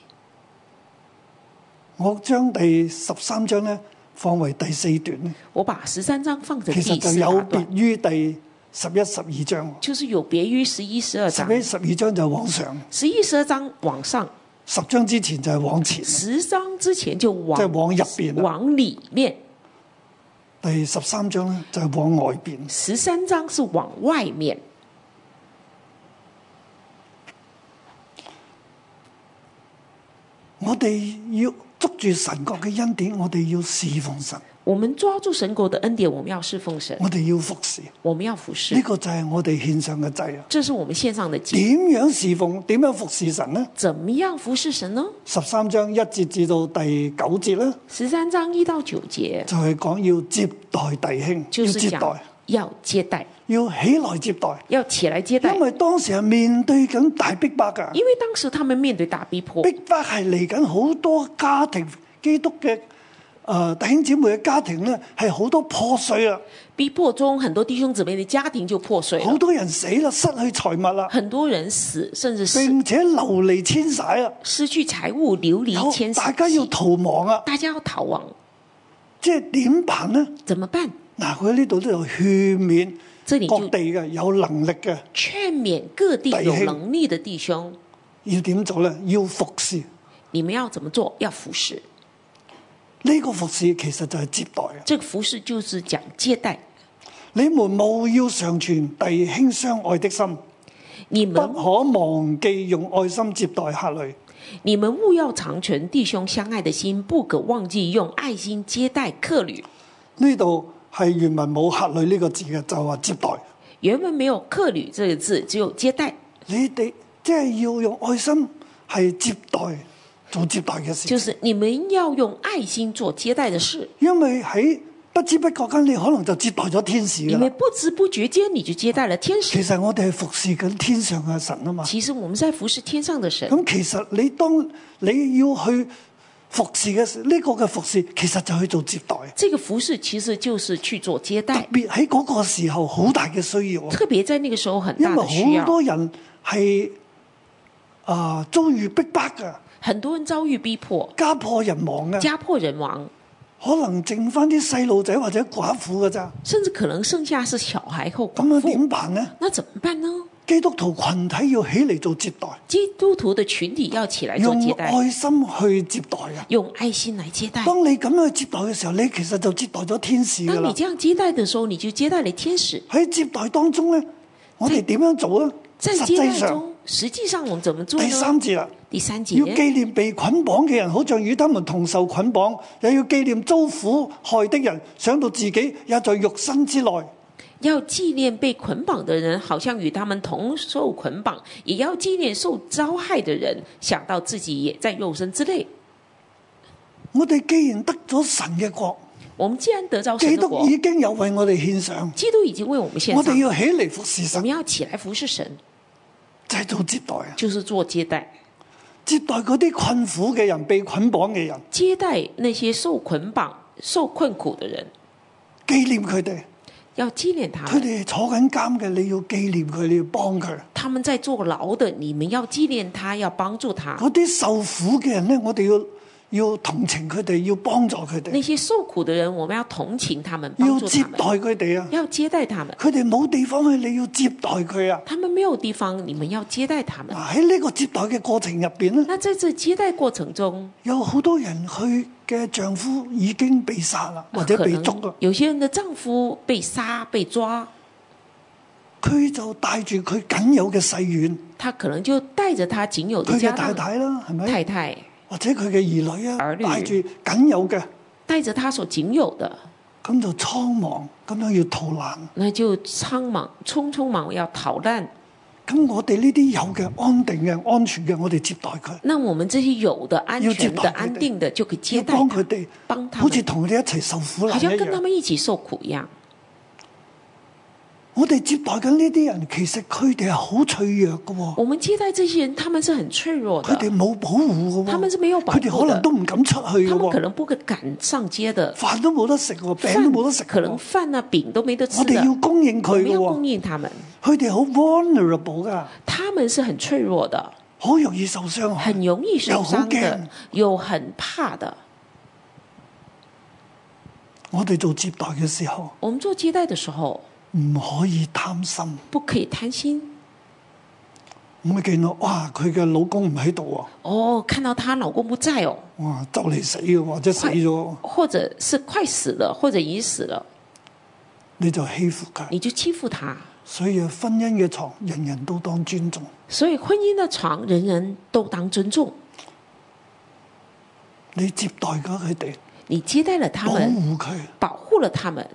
B: 我將第十三章咧放為第四段咧，
C: 我把十三章放成
B: 其
C: 第
B: 實就
C: 四
B: 有
C: 大
B: 別
C: 段，
B: 於第十一、十二章。
C: 就是有别于十一、十二章
B: 十。一、十二章就往上，
C: 十一、十二章往上，
B: 十章之前就係往前，即
C: 十章之前就往
B: 係往入邊啦。
C: 往里面。
B: 第十三章咧就係往外邊，
C: 十三章是往外面，
B: 我哋要捉住神國嘅恩典，我哋要侍奉神，
C: 我们抓住神国的恩典，我们要侍奉神，
B: 我哋要服侍，呢、
C: 我们要服侍，
B: 個就係我哋獻上嘅祭啊！
C: 这是我们献上的祭。
B: 點樣侍奉？點樣服侍神呢？
C: 怎么样服侍神呢？
B: 十三章一節至到第九節咧，
C: 十三章一到九节
B: 就係講要接待弟兄，
C: 就
B: 要
C: 是
B: 接
C: 讲
B: 待，
C: 要接待，
B: 要起來接待，
C: 要起来接待
B: 因，為當時係面對緊大逼迫㗎。
C: 因为当时他们面对大逼迫，
B: 逼迫係嚟緊好多家庭基督嘅誒、呃弟兄姊妹嘅家庭咧，係好多破碎啦，
C: 逼迫中很多弟兄姊妹的家庭就破碎
B: 好
C: 了，
B: 多人死啦，失去財物啦，
C: 很多人死，甚至失
B: 並且流離遷徙啊，
C: 失去财物，流离
B: 有
C: 迁徙，
B: 大家要逃亡啊，
C: 大家要逃亡，
B: 即係點辦呢？
C: 怎么办？
B: 嗱，佢呢度都有勸勉
C: 这里
B: 各
C: 就
B: 地嘅有能力嘅，
C: 劝勉各地
B: 弟
C: 有
B: 兄
C: 能力的弟兄，
B: 要點做呢？要服侍。
C: 你们要怎么做？要服侍。
B: 呢、個服侍其實就係接待啊！
C: 这个服侍就是讲接待，
B: 你們務要常存弟兄相愛的心，
C: 你
B: 不
C: 们
B: 可忘記用愛心接待客旅。
C: 你们务要长存弟兄相爱的心，不可忘记用爱心接待客旅。
B: 呢度係原文冇客旅呢個字嘅，就話接待。
C: 原文没有“客旅”这个字，只有“接待
B: 你哋即係要用愛心係接待做接待嘅”，事
C: 就，是你们要用爱心做接待的事。
B: 因為喺不知不覺間，你可能就接待咗天使
C: 你
B: 㗎
C: 们
B: 啦。
C: 不知不觉间你就接待了天
B: 其
C: 使。
B: 實我哋係服侍緊天上嘅神啊嘛。
C: 其实我们在服侍天上的神。
B: 咁其實你當你要去服侍嘅時呢、個嘅服侍，其實就去做接待。
C: 这个服侍其实就是去做接
B: 特
C: 待，
B: 別喺嗰個時候，好大嘅需要啊，
C: 特别在那个时候很
B: 因
C: 大的需
B: 為好
C: 要。
B: 多人係啊、遭遇逼迫㗎，
C: 很多人遭遇逼迫，
B: 家破人亡㗎。
C: 家破人亡，
B: 可能剩翻啲細路仔或者寡婦嘅咋，
C: 甚至可能剩下是小孩或
B: 咁
C: 寡
B: 樣
C: 妇。
B: 點辦呢？
C: 那怎么办呢？
B: 基督徒群體要起嚟做接待，
C: 基督徒的群体要起来做
B: 用
C: 接待，
B: 愛心去接待啊！
C: 用爱心来接待。
B: 當你咁樣去接待嘅時候，你其實就接待咗天使噶
C: 当你
B: 啦。
C: 这样接待的时候，你就接待了天使。
B: 喺接待當中呢，我哋點樣做呢？
C: 在
B: 實
C: 接
B: 際
C: 待
B: 上，
C: 中，实际上我们怎么做
B: 第
C: 呢？
B: 三節啦，
C: 第三节
B: 要，紀念被捆綁嘅人，好像與他們同受捆綁；又要紀念遭苦害的人，想到自己也在肉身之內。
C: 要纪念被捆绑的人，好像与他们同受捆绑；也要纪念受遭害的人，想到自己也在肉身之内。
B: 我哋既然得咗神嘅國，
C: 我们既然得到神
B: 基
C: 的
B: 督
C: 国，
B: 已經有為我哋獻上。
C: 基督已经为我们献
B: 我
C: 上
B: 哋，要起嚟服侍
C: 我
B: 神
C: 们，要起来服侍神，
B: 就係做接待啊！
C: 就是做接待，
B: 接待嗰啲困苦嘅人、被捆綁嘅人，
C: 接待那些受捆绑、受困苦的人，
B: 紀念佢哋。
C: 要纪念他
B: 佢
C: 们。
B: 哋坐緊監嘅，你要紀念佢，你要幫佢。
C: 他们在坐牢的，你们要纪念他，要帮助他。
B: 嗰啲受苦嘅人咧，我哋要要同情佢哋，要幫助佢
C: 那
B: 哋，
C: 些受苦的人，我们要同情他们，帮
B: 要
C: 助
B: 接
C: 他
B: 待
C: 们，
B: 佢哋啊！
C: 要接待他们。
B: 佢哋冇地方去，你要接待佢啊！
C: 他们没有地方，你们要接待他们。
B: 嗱，喺呢個接待嘅過程入邊咧，
C: 那在这接待过程中，
B: 有好多人佢嘅丈夫已經被殺啦，或者
C: 啊可
B: 被捉啊
C: 能
B: 啦，
C: 有些人的丈夫被杀、被抓，
B: 佢就帶住佢僅有嘅細軟，
C: 他可能就带着他仅有的
B: 佢
C: 家
B: 嘅太
C: 当、
B: 太啦，係咪？
C: 太太，
B: 或者佢嘅兒女啊，
C: 兒女
B: 帶住僅有嘅，
C: 带着他所仅有的，
B: 咁就蒼茫，咁樣要逃難。
C: 那就苍茫、匆匆忙要逃难。
B: 咁我哋呢啲有嘅安定嘅、安全嘅，我哋接待佢，
C: 那我们这些有的、安全
B: 要接
C: 的、
B: 待
C: 安定的，就可以接
B: 要
C: 待
B: 幫
C: 他
B: 佢，哋，
C: 帮他
B: 好似
C: 们，
B: 同佢哋一齊受苦
C: 好
B: 難一
C: 像跟他
B: 樣。
C: 们一起受苦一样。
B: 我哋接待緊呢啲人，其實佢哋係好脆弱嘅喎，
C: 我们接待这些人，他们是很脆弱
B: 佢
C: 的，
B: 哋冇保護嘅
C: 他们
B: 喎，
C: 是没有保
B: 佢
C: 护
B: 哋可能
C: 的
B: 都，唔敢出去嘅
C: 他们可
B: 喎，
C: 能不敢上街的，
B: 飯都冇得食喎，餅
C: 饭
B: 都冇得食
C: 可
B: 嘅
C: 能
B: 喎，
C: 饭啊饼都没得吃
B: 我哋
C: 的，
B: 要供應
C: 我
B: 佢
C: 们
B: 嘅
C: 要
B: 喎
C: 供，应他们，
B: 佢哋好 vulnerable 㗎，
C: 他们是很脆弱的，
B: 好容易受傷啊害。
C: 很容易受
B: 有
C: 伤
B: 好惊
C: 的，有很怕的。
B: 我哋做接待嘅時候，
C: 我们做接待的时候，
B: 唔可以貪心。
C: 不可以贪心，
B: 咁啊見到哇，佢嘅老公唔喺度
C: 哦，看到她老公不在哦，
B: 喎，哇就嚟死嘅，或者死咗，
C: 或者是快死了，或者已死了，
B: 你就欺負佢。
C: 你就欺负她。
B: 所以啊婚姻嘅床，人人都當尊重。
C: 所以婚姻的床，人人都当尊重。
B: 你接待咗佢哋，
C: 你接待了他
B: 保
C: 们，
B: 護佢，
C: 保护了他们，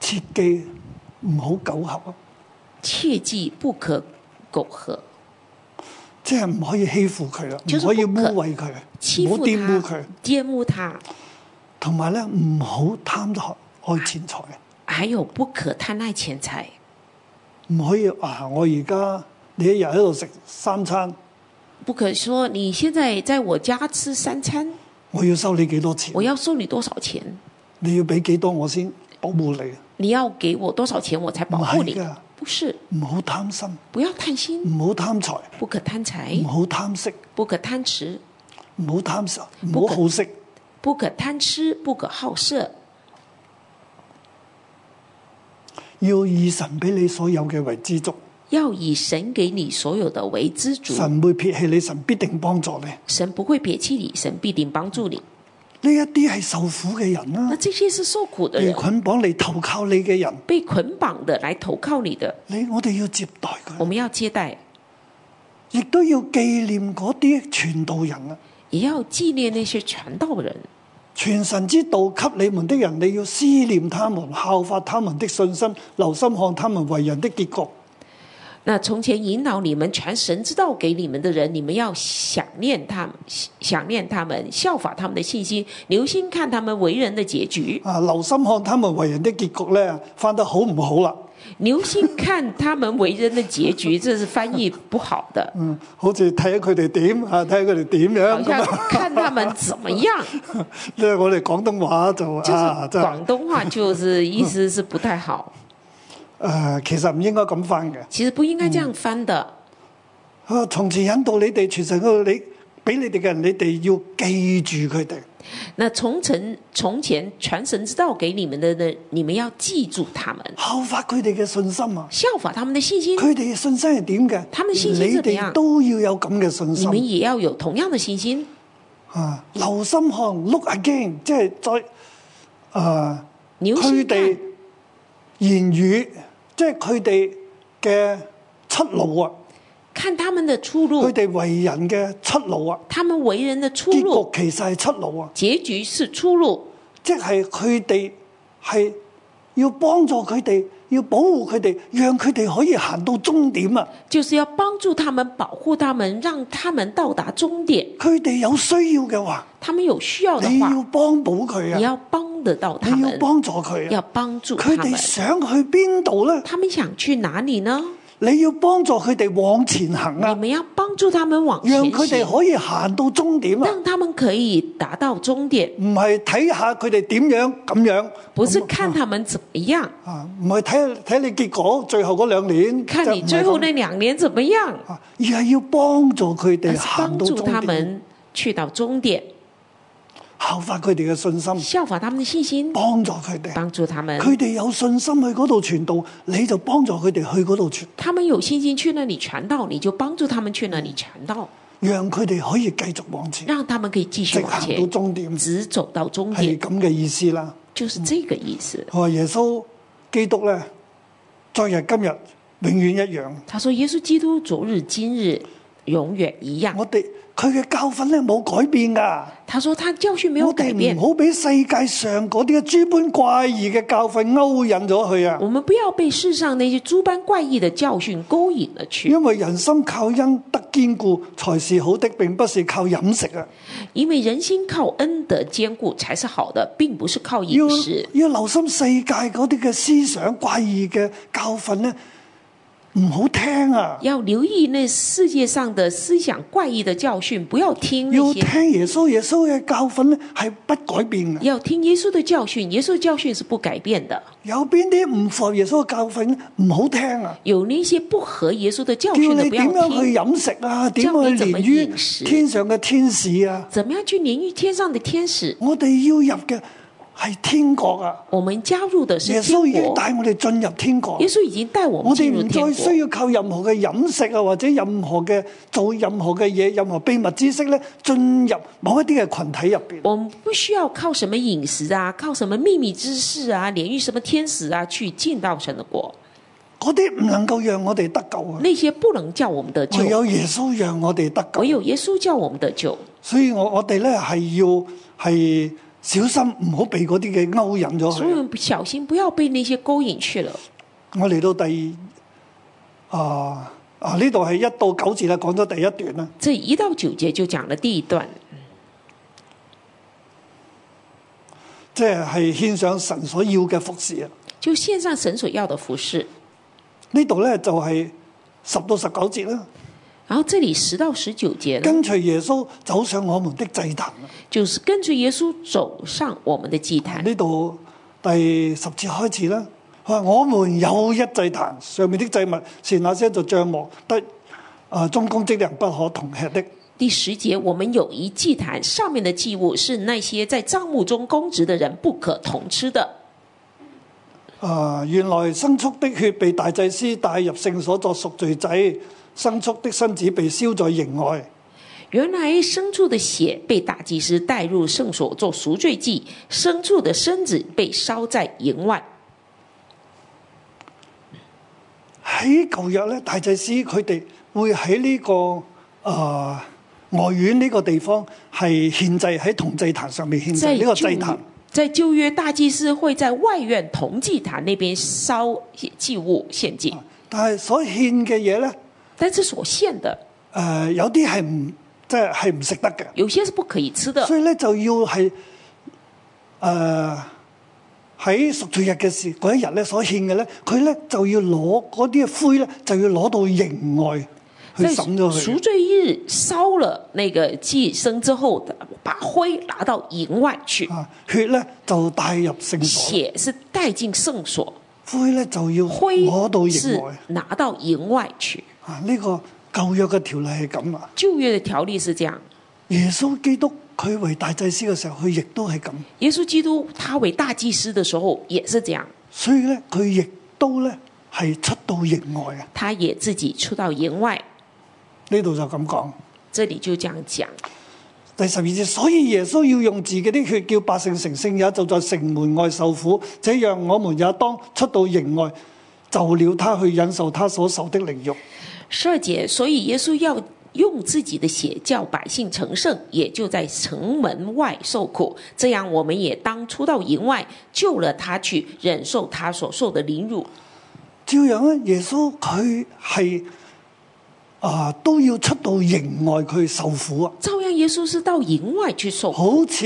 B: 切記唔好苟合，啊
C: 切记不可苟合，
B: 即係唔可以欺負佢啦，
C: 就
B: 唔
C: 是
B: 可以污
C: 不可
B: 衊佢，
C: 欺
B: 唔好
C: 负
B: 玷污
C: 他
B: 佢，，
C: 玷污他，
B: 同埋咧唔好貪愛錢財，啊
C: 还有不可贪爱钱财，
B: 唔可以啊！我而家你一日喺度食三餐，
C: 不可说你现在在我家吃三餐，
B: 我要收你幾多錢
C: 我？要收你多少钱，
B: 你要俾幾多我先保護你？
C: 你要给我多少钱我才保护你
B: 唔係㗎？
C: 不是，
B: 唔好貪心，
C: 不要贪心，
B: 唔好貪財，
C: 不可贪财
B: 唔，好貪色，
C: 不可贪食，
B: 唔好貪食，
C: 不
B: 唔
C: 可
B: 好好色，
C: 不可贪吃，不可好色，
B: 要以神俾你所有嘅為知足。
C: 要以神给你所有的为知足。
B: 神會撇棄你，神必定幫助你。
C: 神不会撇弃你，神必定帮助你。
B: 呢一啲係受苦嘅人啦、
C: 那这些是受苦的
B: 被
C: 人，
B: 捆綁嚟投靠你嘅人，
C: 被捆绑的来投靠你的，
B: 你我哋要接待
C: 我
B: 佢，
C: 们要接待，
B: 亦都要紀念嗰啲傳道人啊。
C: 也要纪念那些传道人。
B: 全神之道給你們的人，你要思念他們，效法他們的信心，留心看他們為人的結局。
C: 那从前引导你们传神之道给你们的人，你们要想念他们，想念他们，效法他们的信心，留心看他们为人的结局，
B: 啊，留心看他們為人的結局咧，翻得好唔好啦？
C: 留心看他们为人的结局，这是翻译不好的，
B: 嗯，好似睇下佢哋點啊，睇下佢哋點
C: 好
B: 樣
C: 像
B: 咁啊。
C: 看他们怎么样，
B: 即係我哋廣東話就 啊，
C: 就是
B: 真係
C: 广东话就是意思是不太好，
B: 誒，啊其實唔應該咁翻嘅。
C: 其实不应该这样翻的。
B: 啊！從前引導你哋，全神嗰度你俾你哋嘅人，你哋要記住佢哋，
C: 那从前从前传神之道给你们的呢，你们要记住他们，
B: 效法佢哋嘅信心啊！
C: 效法他们的信心，
B: 佢哋嘅信心係點嘅？
C: 他們信心
B: 你
C: 怎麼樣
B: 哋都要有咁嘅信
C: 你们
B: 心
C: 也要有同样的信心。
B: 啊！留心看，look again，即係再啊，
C: 你要
B: 佢
C: 心
B: 哋
C: 看
B: 言語，即係佢哋嘅出路啊！
C: 看他们的出
B: 佢
C: 路，
B: 哋為人嘅出路啊！
C: 他们为人的出
B: 結
C: 路，
B: 局其實係出路啊！
C: 结局是出路，
B: 即係佢哋係要幫助佢哋，要保護佢哋，讓佢哋可以行到終點啊！
C: 哦就是要帮助他们，保护他们，让他们到达终点。
B: 佢哋有需要嘅話，
C: 他们有需要的
B: 你要
C: 话，
B: 幫補佢
C: 哦你
B: 啊，
C: 要帮得到他
B: 你要
C: 们，
B: 幫助佢
C: 要
B: 啊。
C: 帮助他
B: 佢哋
C: 们。
B: 想去邊度呢？
C: 他们想去哪里呢？
B: 你要幫助佢哋往前行
C: 你
B: 啊，
C: 们要帮助他们往
B: 讓
C: 前
B: 佢哋
C: 行，
B: 可以行到終點啊！
C: 让他们可以达到终点。
B: 唔係睇下佢哋點樣咁樣
C: 不是看他们怎么样，
B: 啊，唔係睇下睇你結果最後嗰兩年，
C: 看
B: 就
C: 你
B: 唔係
C: 最后
B: 咁
C: 那两年怎么样，
B: 啊而係要幫助佢
C: 而
B: 哋
C: 是
B: 行
C: 帮
B: 到
C: 啊助他
B: 終點。
C: 们去到终点，
B: 效法佢哋嘅信心，
C: 效法他们的信心，
B: 幫助佢哋。
C: 帮助他们。
B: 佢哋有信心去嗰度傳道，你就幫助佢哋去嗰度傳，
C: 他们有信心去那里传道，你就帮助他们去那里传道，
B: 讓佢哋可以繼續往前，
C: 让他们可以继续
B: 直
C: 往
B: 行
C: 前，
B: 到終點，
C: 直走到终
B: 係
C: 点，
B: 咁嘅意思啦。
C: 就是这个意思。
B: 佢話耶穌基督咧，昨日今日永遠一樣。
C: 他说：“耶稣基督昨日、今日、永远一样。
B: 我哋佢嘅教訓咧冇改變㗎，”
C: 他说：“他教训没有
B: 我
C: 改变
B: 哋唔，好俾世界上嗰啲諸般怪異嘅教訓勾引咗佢啊！
C: 我们不要被世上那些诸般怪异的教训勾引了去。”
B: 因為人心靠恩得堅固才是好的，並不是靠飲食啊！
C: 因为人心靠恩德坚固才是好的，并不是靠
B: 要
C: 饮食。
B: 要留心世界嗰啲嘅思想怪異嘅教訓咧，唔好聽啊！
C: 要留意那世界上的思想怪异的教训，不要听
B: 要
C: 那些。
B: 聽耶穌，耶穌嘅教訓咧係不改變嘅。
C: 要听耶稣的教训，耶稣的教训是不改变的。
B: 有邊啲唔符合耶穌嘅教訓呢唔好聽啊！
C: 有那些不合耶稣的教
B: 叫
C: 訓的，
B: 你
C: 不要
B: 點樣
C: 听。
B: 去飲食啊？點樣去連
C: 教你怎麼飲食
B: 於天上嘅天使啊？
C: 怎么样去凌于天上的天使？
B: 我哋要入嘅係天國啊！
C: 我们加入的
B: 耶
C: 是
B: 穌已經
C: 天国，
B: 帶我哋進入天國
C: 耶。稣已经带我们
B: 我哋
C: 进入
B: 唔
C: 天
B: 再需
C: 国。
B: 要靠任何嘅飲食啊，或者任何嘅做任何嘅嘢、任何秘密知識咧，進入某一啲嘅群體入邊。
C: 我们不需要靠什么饮食啊，靠什么秘密知识啊，连遇什么天使啊，去进到神的国。
B: 嗰啲唔能夠讓我哋得救啊！
C: 那些不能叫我们得
B: 唯
C: 救，
B: 有耶穌讓我哋得
C: 唯
B: 救，
C: 有耶稣叫我们得救。
B: 所以我我哋咧係要係小心，唔好被嗰啲嘅勾引咗
C: 所以我
B: 佢。
C: 们小心不要被那些勾引去了。
B: 我嚟到第二啊啊呢度係一到九節啦，講咗第一段啦。
C: 这一到九节就讲了第一段，
B: 即係獻上神所要嘅服侍啊！
C: 就献上神所要的服饰。
B: 呢度咧就係十到十九節啦，
C: 然后这里十到十九节呢，
B: 跟隨耶穌走上我們的祭壇啊。
C: 就是跟随耶稣走上我们的祭坛。
B: 呢度第十節開始啦，佢話我們有一祭壇，上面的祭物是那些做帳幕得啊中公職人不可同吃的。
C: 第十节，我们有一祭坛，上面的祭物是那些在帐幕中供职的人不可同吃的。
B: 啊、原來牲畜的血被大祭司帶入聖所作贖罪祭，牲畜的身子被燒在營外。
C: 原来牲畜的血被大祭司带入圣所做赎罪祭，牲畜的身子被烧在营外。
B: 喺舊約咧，大祭司佢哋會喺呢、個呃外院呢個地方係獻祭喺銅祭壇上面獻祭
C: 在
B: 呢個
C: 旧
B: 祭壇，
C: 在旧约，大祭司会在外院同祭坛那边烧祭物献祭，
B: 啊但係所獻嘅嘢咧，誒、
C: 但是所献的
B: 有啲係唔即係係唔食得嘅，
C: 有些是不可以吃的
B: 所，以咧就要係誒喺贖罪日嘅時嗰一日咧所獻嘅咧，佢咧就要攞嗰啲嘅灰咧就要攞到營外去
C: 在
B: 審咗
C: 赎
B: 佢。
C: 罪日烧了那个祭牲之后，把灰拿到营外去，
B: 啊！血咧就帶入聖所，
C: 血是带进圣所，
B: 灰咧就要
C: 灰
B: 攞到
C: 是
B: 營外。
C: 拿到营外去。
B: 啊！呢、個舊約嘅條例係咁啊。
C: 旧约的条例是这样，
B: 耶穌基督佢為大祭司嘅時候，佢亦都係咁，
C: 耶稣基督他为大祭司的时候也是这样，
B: 所以咧佢亦都咧係出到營外啊。
C: 他也自己出到营外。
B: 呢度就咁講。
C: 这里就这样讲。
B: 第十二節，所以耶穌要用自己的血叫百姓成聖，也就在城門外受苦。這樣我們也當出到營外，就了他去忍受他所受的凌辱。
C: 十二节，所以耶稣要用自己的血叫百姓成圣，也就在城门外受苦。这样，我们也当出到营外，救了他去忍受他所受的凌辱。
B: 照樣啊咧，耶穌佢係啊都要出到營外去受苦啊。
C: 照样，耶稣是到营外去受苦，
B: 好似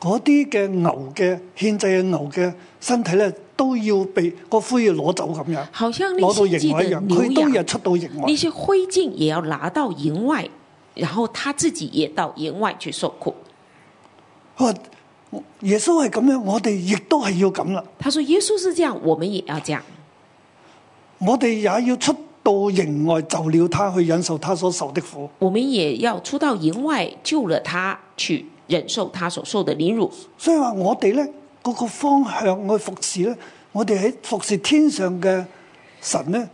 B: 嗰啲嘅牛嘅獻祭嘅牛嘅身體咧，都要被個灰要攞走咁樣，
C: 好像那
B: 攞到
C: 些
B: 營
C: 祭
B: 外一
C: 的
B: 樣，
C: 牛
B: 佢都要
C: 羊，
B: 出到營外
C: 那。些灰烬也要拿到营外，然后他自己也到营外去受苦。
B: 佢話：耶穌係咁樣，我哋亦都係要咁啦，
C: 他说：“耶稣是这样，我们也要这样。
B: 我哋也要出到營外，就了他去忍受他所受的苦。
C: 我们也要出到营外，救了他去忍受他所受的凌辱。
B: 所以話我哋咧嗰個方向去服侍咧，我哋喺服侍天上嘅神咧，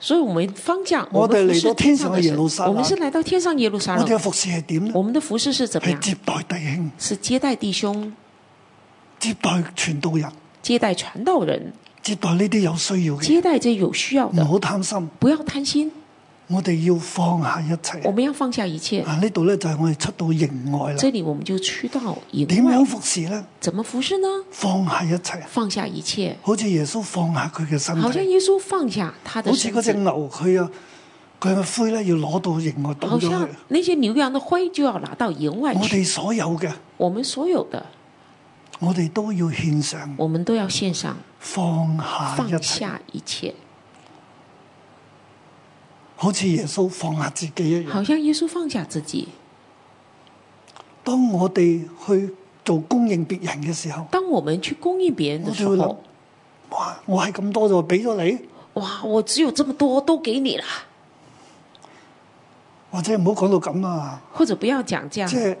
C: 所以我们方向，
B: 我
C: 们
B: 哋
C: 服
B: 嚟
C: 侍
B: 到天上
C: 上
B: 嘅耶
C: 神
B: 路撒冷
C: 我们是来到天上耶路撒
B: 我哋嘅
C: 冷，
B: 服侍係點咧
C: 我？们啊的服饰是怎么
B: 係
C: 样？
B: 接待弟兄，
C: 是接待弟兄，
B: 接待傳道人，
C: 接待传道人，
B: 接待呢啲有需要嘅人。
C: 接待这有需要
B: 唔
C: 的，
B: 好貪心，
C: 不要贪心，
B: 我哋要放下一
C: 我
B: 切。
C: 们要放下一切。
B: 啊，呢度咧就係我哋出到營外啦。
C: 这里我们就去到营
B: 點
C: 外
B: 樣，服侍咧？
C: 怎么服侍呢？
B: 放下一切，
C: 放下一切，
B: 好似耶穌放下佢嘅身
C: 好像
B: 體，
C: 耶稣放下他的
B: 好似
C: 身
B: 嗰只
C: 子，
B: 牛，佢啊佢嘅灰咧要攞到營外倒
C: 好
B: 咗
C: 像
B: 去。
C: 那些牛羊的灰就要拿到营外
B: 我
C: 去。
B: 哋所有嘅，
C: 我们所有的，
B: 我哋都要獻上，
C: 我们都要献上，
B: 放下一
C: 放
B: 切，
C: 下一切，
B: 好似耶穌放下自己一樣。
C: 好像耶稣放下自己。
B: 當我哋去做供應別人嘅時候，
C: 当我们去供应别人的时
B: 我就会
C: 候
B: 谂，哇！我係咁多就俾咗你，
C: 哇，我只有这么多，都给你了，
B: 或者唔好講到咁啊。
C: 或者不要讲这样
B: 即，係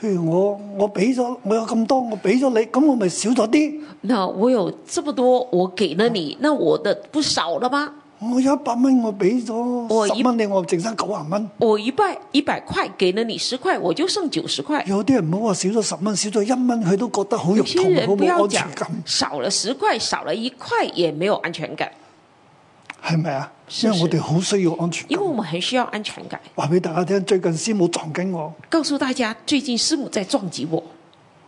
B: 譬如我我俾咗我有咁多，我俾咗你，咁我咪少咗啲。
C: 那我有这么多，我给了
B: 哦
C: 你，那我的不少了吗？
B: 我有一百蚊，我俾
C: 我
B: 咗
C: 一
B: 十蚊你，我剩翻九啊蚊。
C: 我一百一百块给了你十块，我就剩九十块。
B: 有啲人唔好話少咗十蚊，少咗一蚊，佢都覺得好肉
C: 有些
B: 痛，好
C: 人不
B: 冇
C: 要
B: 安
C: 讲
B: 全感，
C: 少了十块，少了一块也没有安全感，
B: 係咪啊？
C: 是
B: 因為我哋好需要安全
C: 因为我
B: 感。
C: 们很需要安全感。
B: 話俾大家聽，最近師母撞緊我，
C: 告诉大家，最近师母在撞击我，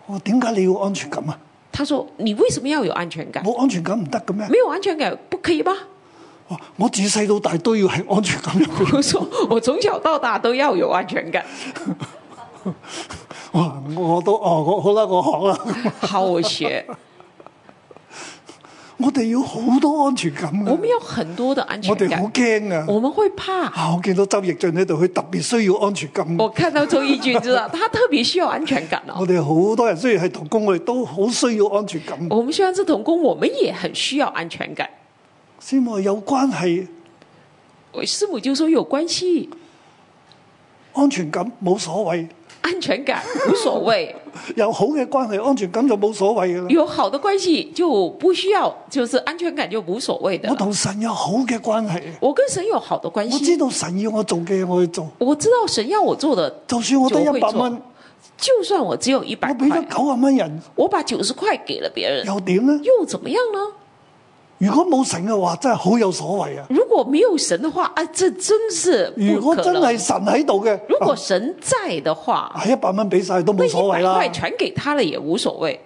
B: 我點解你要安全感啊？
C: 他说：“你为什么要有安全感？
B: 冇安全感唔得嘅咩？
C: 没有安全感不可以吗
B: 哇我自細到大都要係安全感入？”
C: 我说：“我从小到大都要有安全感。
B: 哇！我都哦，我好啦，我學啦。”
C: 好，我学，
B: 我哋要好多安全感嘅。
C: 我们有很多的安全
B: 我哋好
C: 感，
B: 驚啊！
C: 我们会怕。
B: 啊！我見到周奕俊喺度，佢特別需要安全感。
C: 我看到周一俊知道他特别需要安全感哦。
B: 我哋好多人雖然係童工，我哋都好需要安全感。
C: 我们虽然是童工，我们也很需要安全感。
B: 師母有關係，
C: 我师母就说有关系，
B: 安全感冇所謂，
C: 安全感 无所谓，
B: 有好嘅關係，安全感就冇所謂嘅啦。
C: 有好的关系就不需要，就是安全感就无所谓的
B: 我
C: 了。
B: 同神有好嘅關係，
C: 我跟神有好的关
B: 我知
C: 系，
B: 道神要我做嘅嘢，我去做。
C: 我知道神要我做的，
B: 就算我得
C: 就會
B: 一百
C: 做
B: 蚊，
C: 就算我只有一百
B: 我俾咗
C: 块，
B: 九啊蚊人，
C: 我把九十块给了别人，
B: 又點呢？
C: 又怎么样呢？
B: 如果冇神嘅話，真係好有所謂啊！
C: 如果没有神的话，啊，这真是
B: 如
C: 不
B: 果
C: 可
B: 真係
C: 能。
B: 神喺度嘅，
C: 如果神在的话，
B: 啊一百蚊俾晒都
C: 那
B: 冇所
C: 一
B: 謂
C: 百
B: 啦
C: 块。传给他了也無所謂。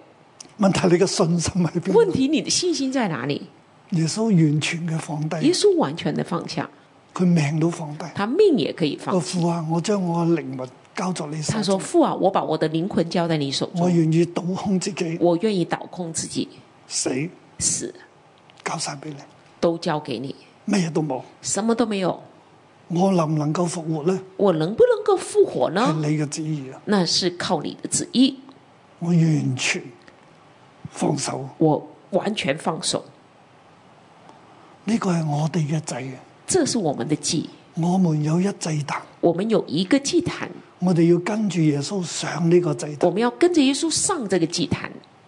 B: 問題你嘅信心喺邊？
C: 問題你的信心在哪裡？
B: 耶穌完全嘅放
C: 耶
B: 低，
C: 穌完全的放下，
B: 佢命都放低。
C: 他命也可以
B: 個
C: 放下。
B: 父啊，我將我嘅靈魂交咗你手
C: 他說：“
B: 中，
C: 父啊，我把我的靈魂交在你手
B: 我
C: 中，
B: 願意倒空自己，
C: 我願意倒空自己，
B: 死
C: 死
B: 交晒俾你，
C: 都交給你，
B: 乜嘢都冇。
C: 什麼都沒有。
B: 我能唔能夠復活呢？
C: 我能不能夠復活
B: 係
C: 呢？
B: 你嘅旨意啊！
C: 那是靠你的旨意。
B: 我完全放手，
C: 我完全放手，
B: 呢個係我哋嘅祭啊！
C: 這是我們的祭。
B: 我們有一祭壇，
C: 我們有一個祭壇，
B: 我哋要跟住耶穌上呢個祭
C: 我
B: 壇
C: 們要跟着耶穌上這個祭壇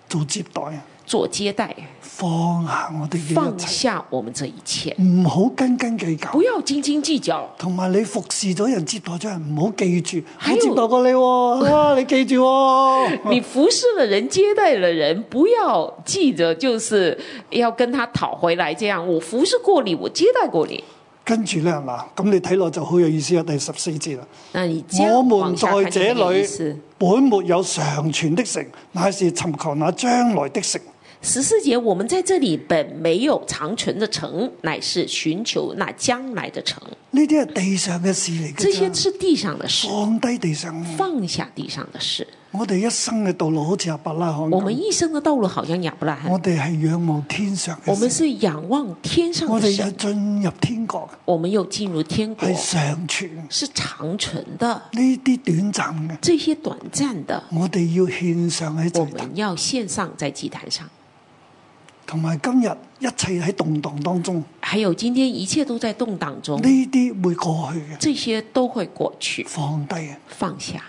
B: 做接待啊！
C: 做接待，
B: 放下我哋嘅
C: 放
B: 一切，
C: 下我們這一切，
B: 唔好斤斤計較。
C: 不要斤斤計較。”
B: 同埋你服侍咗人，接待咗人，唔好記住，
C: 還
B: 我
C: 有
B: 接待過你喎、啊，你記住喎、
C: 你服侍了人，接待了人，不要记着就是要跟他讨回来。这样，我服侍过你，我接待过你。
B: 跟住咧嗱，咁你睇落就好有意思啊！第十四節啦，
C: 那你这
B: 我
C: 样
B: 們
C: 往下
B: 在
C: 看就
B: 這
C: 很有意
B: 裏
C: 思。
B: 本沒有常存的城，乃是尋求那將來的城。
C: 十四节，我们在这里本没有长存的城，乃是寻求那将来的城。
B: 呢啲係地上嘅事嚟
C: 这
B: 嘅
C: 些
B: 咋，
C: 是地上的事，
B: 放低地上。
C: 放下地上的事。
B: 我哋一生嘅道路好似阿伯拉罕
C: 我们
B: 咁，
C: 一生的道路好像亚伯拉罕
B: 我，哋係仰望天上
C: 我
B: 嘅
C: 们
B: 事，
C: 是仰望天上
B: 我
C: 的
B: 哋又
C: 神，
B: 進入天國，
C: 我们又进入天国，
B: 係常存呢
C: 是长存的。
B: 啲短暫嘅，
C: 这些短暂的，
B: 我哋要獻上喺
C: 我
B: 祭壇。
C: 们要献上在祭坛上。
B: 同埋今日一切喺動盪當中，呢
C: 还有今天一切都在动荡中，
B: 啲會過去嘅，
C: 这些都会过去，
B: 放低啊！
C: 放下。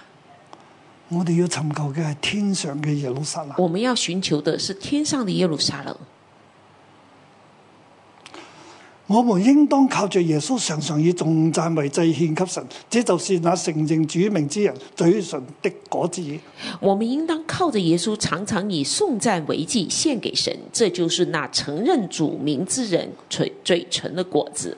B: 我哋要尋求嘅係天上嘅耶路撒冷。
C: 我们要寻求的是天上的耶路撒冷。
B: 我們應當靠着耶穌，常常以重讚為祭獻給神，這就是那承認主名之人嘴唇的果子。
C: 我们应当靠着耶稣，常常以颂赞为祭献给神，这就是那承认主名之人嘴嘴唇的果子。